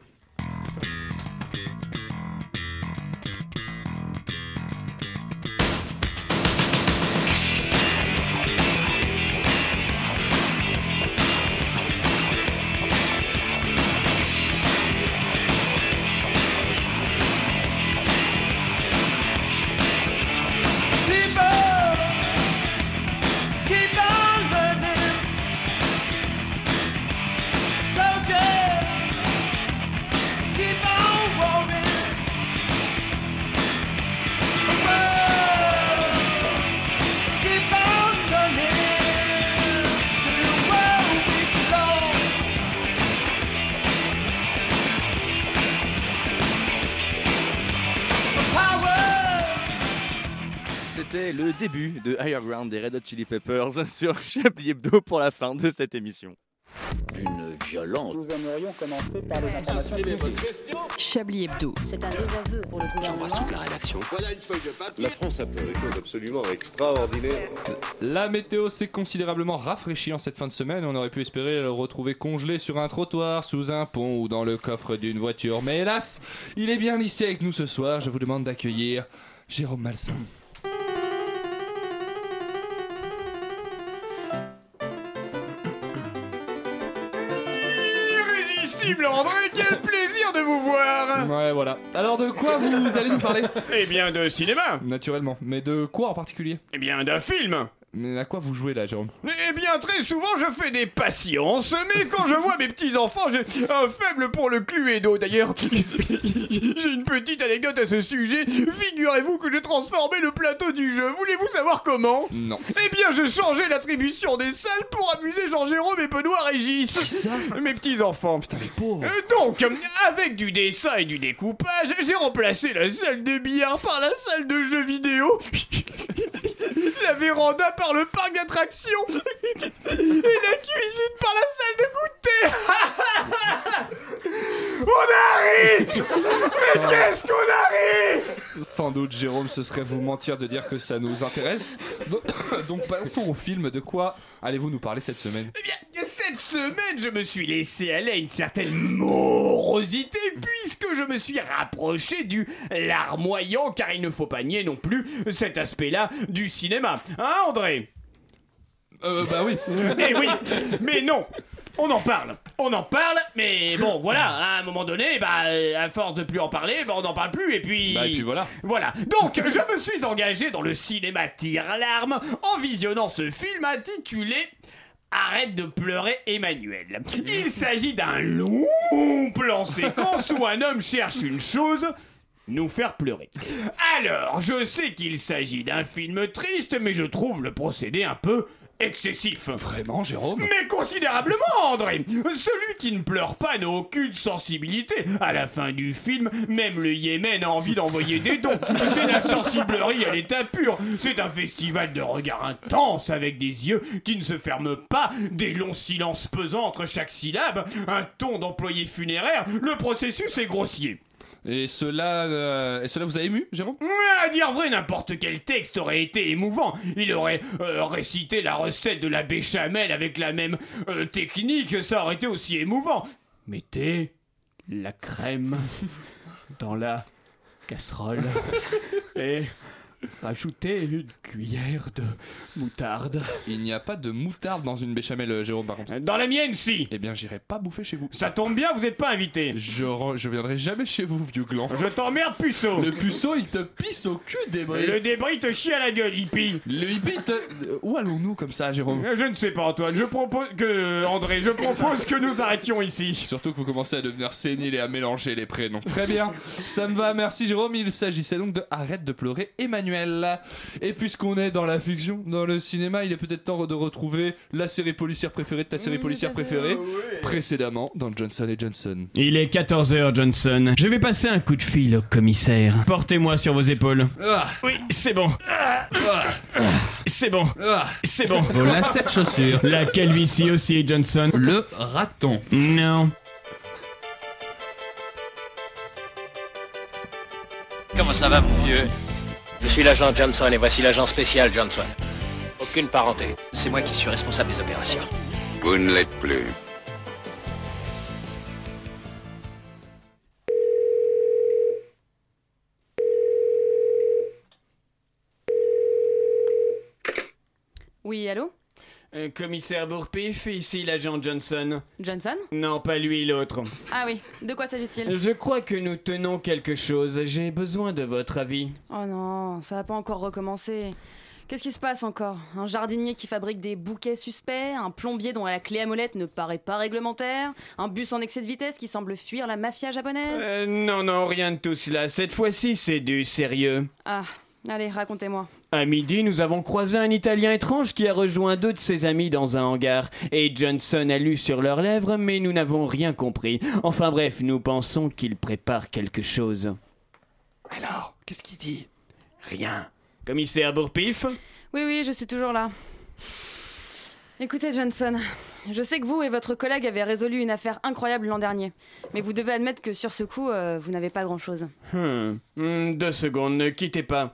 People, keep on burning. Soldiers, keep on roaming. World, keep on turning. The world keeps on. Power.
C'était le début de Higher Ground des Red Hot Chili Peppers sur Chablis Hebdo pour la fin de cette émission. Une violence.
Nous aimerions commencer par les informations
Chablis Hebdo.
C'est un désaveu pour le gouvernement.
la rédaction.
Voilà une feuille de papier.
La France a fait des choses absolument extraordinaires. La météo s'est considérablement rafraîchie en cette fin de semaine. On aurait pu espérer le retrouver congelé sur un trottoir, sous un pont ou dans le coffre d'une voiture. Mais hélas, il est bien ici avec nous ce soir. Je vous demande d'accueillir Jérôme Malsain.
Irrésistible André, quel plaisir de vous voir
Ouais, voilà. Alors, de quoi vous allez nous parler
Eh bien, de cinéma
Naturellement. Mais de quoi en particulier
Eh bien, d'un film
Mais à quoi vous jouez là, Jérôme
Eh bien, très souvent, je fais des patiences, mais quand je vois mes petits-enfants, j'ai un faible pour le cluedo. D'ailleurs, j'ai une petite anecdote à ce sujet. Figurez-vous que j'ai transformé le plateau du jeu. Voulez-vous savoir comment
Non.
Eh bien, j'ai changé l'attribution des salles pour amuser Jean-Jérôme et Benoît Régis. Mes petits-enfants. Putain, les
pauvres.
donc, avec du dessin et du découpage, j'ai remplacé la salle de billard par la salle de jeux vidéo. La véranda par le parc d'attractions Et la cuisine par la salle de goûter On arrive Mais qu'est-ce qu'on arrive
Sans doute, Jérôme, ce serait vous mentir de dire que ça nous intéresse. Donc, donc passons au film. De quoi allez-vous nous parler cette semaine
Eh Cette semaine, je me suis laissé aller à une certaine morosité puisque je me suis rapproché du larmoyant car il ne faut pas nier non plus cet aspect-là du cinéma. Hein, André
Euh, bah oui.
Eh oui, mais non on en parle, on en parle, mais bon, voilà, à un moment donné, bah, euh, à force de plus en parler, bah, on n'en parle plus, et puis...
Bah, et puis voilà.
Voilà, donc je me suis engagé dans le cinéma tire-larme en visionnant ce film intitulé Arrête de pleurer Emmanuel. Il s'agit d'un long plan séquence où un homme cherche une chose. Nous faire pleurer. Alors, je sais qu'il s'agit d'un film triste, mais je trouve le procédé un peu excessif.
Vraiment, Jérôme
Mais considérablement, André Celui qui ne pleure pas n'a aucune sensibilité. À la fin du film, même le Yémen a envie d'envoyer des dons. C'est la sensiblerie à l'état pur. C'est un festival de regards intenses avec des yeux qui ne se ferment pas, des longs silences pesants entre chaque syllabe, un ton d'employé funéraire. Le processus est grossier.
Et cela, euh, et cela vous a ému, Jérôme
À dire vrai, n'importe quel texte aurait été émouvant. Il aurait euh, récité la recette de la béchamel avec la même euh, technique, ça aurait été aussi émouvant. Mettez la crème dans la casserole et rajoutez une cuillère de moutarde.
Il n'y a pas de moutarde dans une béchamel, euh, Jérôme, par contre.
Dans la mienne, si
Eh bien, j'irai pas bouffer chez vous.
Ça tombe bien, vous n'êtes pas invité.
Je, re- je viendrai jamais chez vous, vieux gland.
Je t'emmerde, puceau
Le puceau, il te pisse au cul, débris.
Le débris te chie à la gueule, hippie
Le hippie, il te... Où allons-nous comme ça, Jérôme
Euh, Je ne sais pas Antoine, je propose que euh, André, je propose que nous arrêtions ici.
Surtout que vous commencez à devenir sénile et à mélanger les prénoms. Très bien, ça me va, merci Jérôme. Il s'agissait donc de Arrête de pleurer Emmanuel. Et puisqu'on est dans la fiction, dans le cinéma, il est peut-être temps de retrouver la série policière préférée de ta série policière préférée, précédemment dans Johnson et Johnson.
Il est 14h Johnson. Je vais passer un coup de fil au commissaire. Portez-moi sur vos épaules.
Ah,
Oui, c'est bon. C'est bon.
ah,
C'est bon.
vos lacets de chaussures.
La calvitie aussi Johnson.
Le raton.
Non.
Comment ça va, mon vieux Je suis l'agent Johnson et voici l'agent spécial Johnson. Aucune parenté. C'est moi qui suis responsable des opérations.
Vous ne l'êtes plus.
Oui, allô
Euh,
commissaire Bourpif, ici l'agent Johnson.
Johnson
Non, pas lui, l'autre.
Ah oui, de quoi s'agit-il
Je crois que nous tenons quelque chose. J'ai besoin de votre avis.
Oh non, ça va pas encore recommencer. Qu'est-ce qui se passe encore Un jardinier qui fabrique des bouquets suspects, un plombier dont la clé à molette ne paraît pas réglementaire, un bus en excès de vitesse qui semble fuir la mafia japonaise.
Euh, non, non, rien de tout cela. Cette fois-ci, c'est du sérieux.
Ah, allez, racontez-moi.
À midi, nous avons croisé un Italien étrange qui a rejoint deux de ses amis dans un hangar. Et Johnson a lu sur leurs lèvres, mais nous n'avons rien compris. Enfin bref, nous pensons qu'il prépare quelque chose. Alors, qu'est-ce qu'il dit Rien. Commissaire Bourpif
Oui, oui, je suis toujours là. Écoutez, Johnson, je sais que vous et votre collègue avez résolu une affaire incroyable l'an dernier, mais vous devez admettre que sur ce coup, euh, vous n'avez pas grand-chose.
Hmm. Hmm, Deux secondes, ne quittez pas.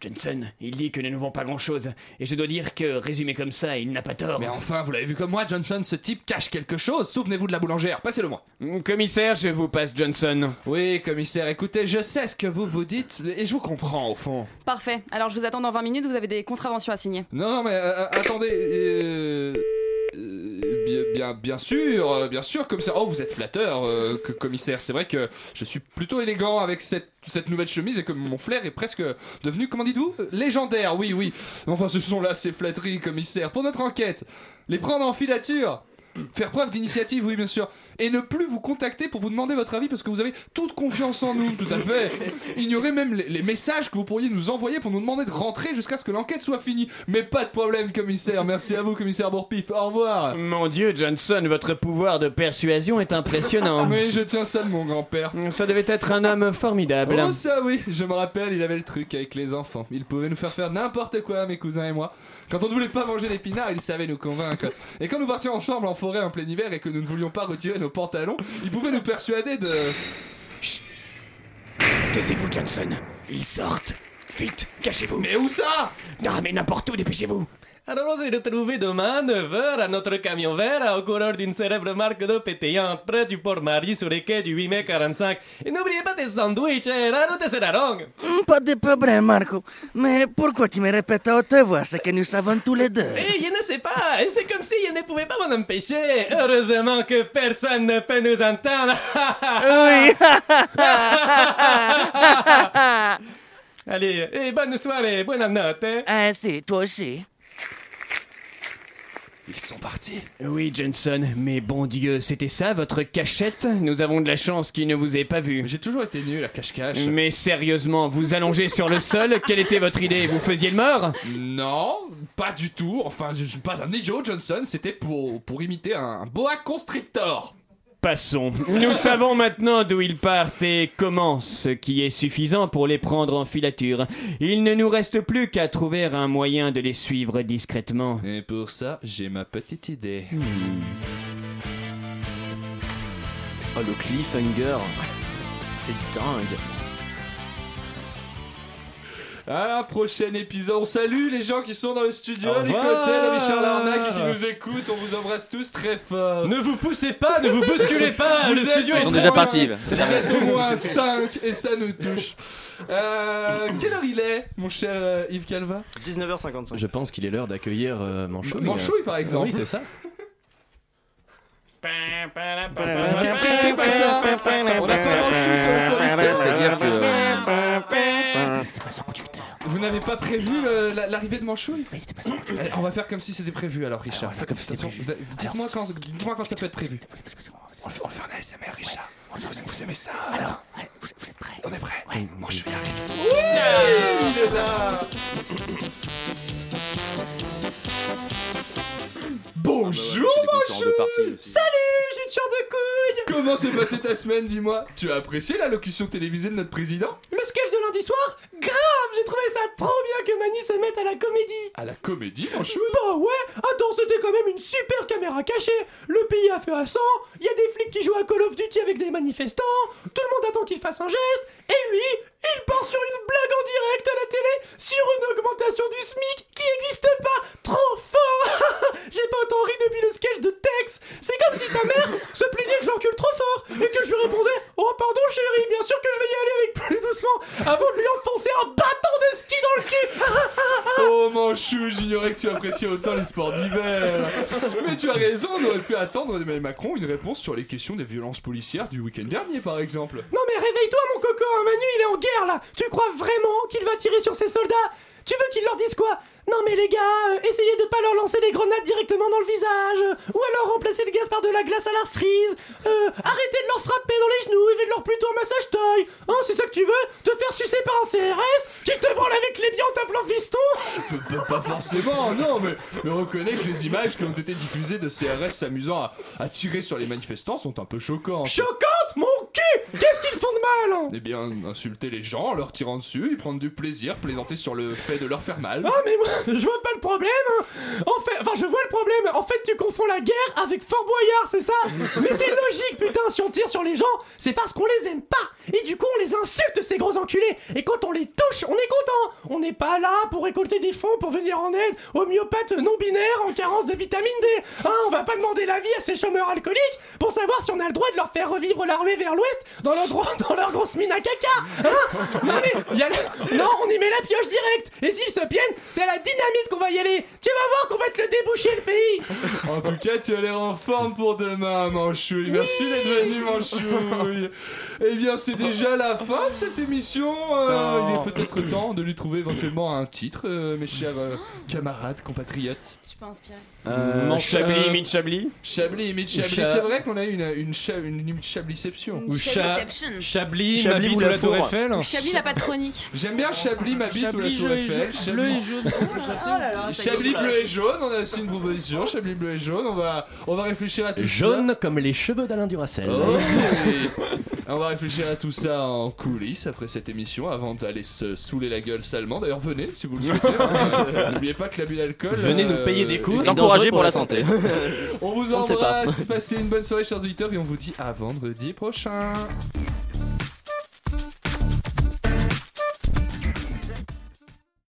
Johnson, il dit que nous n'avons pas grand-chose. Et je dois dire que, résumé comme ça, il n'a pas tort.
Mais enfin, vous l'avez vu comme moi, Johnson, ce type cache quelque chose. Souvenez-vous de la boulangère, passez-le moi.
Hmm, Commissaire, je vous passe Johnson.
Oui, commissaire, écoutez, je sais ce que vous vous dites et je vous comprends au fond.
Parfait, alors je vous attends dans 20 minutes, vous avez des contraventions à signer.
Non, non, mais euh, euh, attendez. euh, euh, bien, bien, bien sûr, euh, bien sûr, commissaire. Oh, vous êtes flatteur, euh, que- commissaire. C'est vrai que je suis plutôt élégant avec cette, cette nouvelle chemise et que mon flair est presque devenu, comment dites-vous Légendaire, oui, oui. Enfin, ce sont là ces flatteries, commissaire, pour notre enquête. Les prendre en filature Faire preuve d'initiative, oui, bien sûr. Et ne plus vous contacter pour vous demander votre avis parce que vous avez toute confiance en nous, tout à fait. Ignorez même les, les messages que vous pourriez nous envoyer pour nous demander de rentrer jusqu'à ce que l'enquête soit finie. Mais pas de problème, commissaire. Merci à vous, commissaire Bourpif. Au revoir.
Mon dieu, Johnson, votre pouvoir de persuasion est impressionnant.
Oui, je tiens ça de mon grand-père.
Ça devait être un homme formidable.
Oh ça oui, je me rappelle, il avait le truc avec les enfants. Il pouvait nous faire faire n'importe quoi, mes cousins et moi. Quand on ne voulait pas manger l'épinard, il savait nous convaincre. Et quand nous partions ensemble en forêt en plein hiver et que nous ne voulions pas retirer nos pantalons, il pouvait nous persuader de...
Taisez-vous, Johnson. Ils sortent. Vite, cachez-vous.
Mais où ça
Non, mais n'importe où, dépêchez-vous.
Alors on s'est retrouvés demain 9h à notre camion vert au couleur d'une célèbre marque de pétillant près du port Marie sur les quais du 8 mai 45. Et n'oubliez pas tes sandwichs, eh, la route c'est la longue.
Pas de problème, Marco. Mais pourquoi tu me répètes à haute voix ce que nous savons tous les deux
Et Eh, je ne sais pas, et c'est comme si je ne pouvais pas m'en empêcher. Heureusement que personne ne peut nous entendre.
Oui.
Allez, et bonne soirée, bonne note. hein.
Ah si, toi aussi.
Ils sont partis.
Oui, Johnson, mais bon Dieu, c'était ça votre cachette Nous avons de la chance qu'ils ne vous aient pas vu.
J'ai toujours été nul à cache-cache.
Mais sérieusement, vous allongez sur le sol, quelle était votre idée Vous faisiez le mort
Non, pas du tout. Enfin, je suis pas un idiot, Johnson. C'était pour, pour imiter un boa constrictor.
Passons. Nous savons maintenant d'où ils partent et comment, ce qui est suffisant pour les prendre en filature. Il ne nous reste plus qu'à trouver un moyen de les suivre discrètement.
Et pour ça, j'ai ma petite idée.
Hmm.
Oh, le cliffhanger. C'est dingue.
À un prochain épisode. On salue les gens qui sont dans le studio,
Au
Nicotel,
revoir.
Richard Larnac qui nous écoutent. On vous embrasse tous très fort.
Ne vous poussez pas, ne vous bousculez pas,
Vous
le
êtes
studio
au
est
Ils sont
trop
déjà
loin.
partis.
Vous êtes au moins 5 et ça nous touche. Euh, quelle heure il est, mon cher euh, Yves Calva
19h55.
Je pense qu'il est l'heure d'accueillir euh, Manchouille.
Manchouille, par exemple.
Oui, c'est ça.
Ah,
C'est pas ça. On a pas grand-chose sur le conducteur.
C'est-à-dire
hein.
que-
C'était pas son conducteur.
Vous n'avez pas prévu euh, la- l'arrivée de Manchouille Eh, On va faire comme si c'était prévu alors, Richard. De toute façon, vous avez- Dites-moi quand, dites-moi quand ça peut être prévu. On le fait- on le fait en ASMR, Richard. Vous, vous aimez ça Alors, vous, êtes prêts On est prêts Manchouille arrive. Il est là. Bonjour,
Salut,
Manchouille
j'ai tueur de couilles
Comment s'est passée ta semaine, dis-moi Tu as apprécié la locution télévisée de notre président
Le sketch de lundi soir Grave J'ai trouvé ça trop bien que Manu se mette à la comédie
À la comédie, Manchouille
Bah ouais Attends, c'était quand même une super caméra cachée Le pays a fait à 100, il y a des flics qui jouent à Call of Duty avec des manifestants, tout le monde attend qu'il fasse un geste, et lui, il part sur une blague en direct à la télé sur une augmentation du SMIC qui n'existe pas Trop fort J'ai pas autant ri depuis le sketch de Tex C'est comme si ta mère se plaignait que j'encule trop fort et que je lui répondais Oh pardon chérie, bien sûr que je vais y aller avec plus doucement avant de lui enfoncer un bâton de ski dans le cul
Oh Manchou, j'ignorais que tu appréciais autant les sports d'hiver. Mais tu as raison, on aurait pu attendre d'Emmanuel Macron une réponse sur les questions des violences policières du week-end dernier, par exemple.
Non mais réveille-toi mon coco, hein, Manu il est en guerre là Tu crois vraiment qu'il va tirer sur ses soldats Tu veux qu'il leur dise quoi Non mais les gars, euh, essayez de pas leur lancer les grenades directement dans le visage euh, Ou alors remplacer le gaz par de la glace à la cerise euh, Arrêtez de leur frapper dans les genoux et faites-leur plutôt un massage toy Hein, c'est ça que tu veux Te faire sucer par un CRS Qu'il te branle avec les biens en t'appelant fiston
Pe- pe- Pas forcément, non, mais, mais reconnais que les images qui ont été diffusées de CRS s'amusant à, à tirer sur les manifestants sont un peu choquantes.
Choquante, mon cul Qu'est-ce qu'ils font de mal hein
eh bien, insulter les gens, en leur tirant dessus, y prendre du plaisir, plaisanter sur le fait de leur faire mal.
Ah mais moi, je vois pas le problème hein. En fait, enfin je vois le problème En fait tu confonds la guerre avec Fort Boyard, c'est ça Mais c'est logique putain, si on tire sur les gens, c'est parce qu'on les aime pas Et du coup on les insulte ces gros enculés Et quand on les touche, on est content On n'est pas là pour récolter des fonds pour venir en aide aux myopathes non binaires en carence de vitamine D Hein, on va pas demander l'avis à ces chômeurs alcooliques pour savoir si on a le droit de leur faire revivre la ruée vers l'ouest dans leur, gros- dans leur grosse mine à caca Hein Non mais, y a la- non, on y met la pioche directe Et s'ils se piennent, c'est à la dynamite qu'on va y aller Tu vas voir qu'on va te le déboucher le pays
En tout cas, tu as l'air en forme pour demain, Manchouille. Merci d'être venu, Manchouille. Eh bien, c'est déjà la fin de cette émission. Euh,
Non.
il est peut-être temps de lui trouver éventuellement un titre, euh, mes chers euh, camarades, compatriotes.
Je suis pas inspirée.
Euh,
Mon
Chablis
ch-
imite Chablis
Chablis imite Chablis.
Cha-
C'est vrai qu'on a eu une, une, cha- une limite Chablisception.
Une Ou Cha- Chablisception.
Chablis,
ma bite
ou la Tour Eiffel
Chablis n'a pas de chronique.
J'aime bien Chablis, ma bite ou la
Chablis,
Tour
bleu et
Eiffel.
jaune- bleu et jaune. Oh là là, ça y est.
Chablis bleu et jaune, on a aussi une proposition. Chablis bleu et jaune, on va, on va réfléchir à tout
Jaune comme les cheveux d'Alain Duracel.
ça. Oh, on va réfléchir à tout ça en coulisses après cette émission avant d'aller se saouler la gueule salement. D'ailleurs, venez si vous le souhaitez. hein. Euh, N'oubliez pas que l'abus d'alcool.
Venez nous
euh,
payer des cours.
est
Et dangereux
encouragé
pour la santé.
on vous
On ne sait pas.
embrasse. Passez une bonne soirée, chers auditeurs, et on vous dit à vendredi prochain.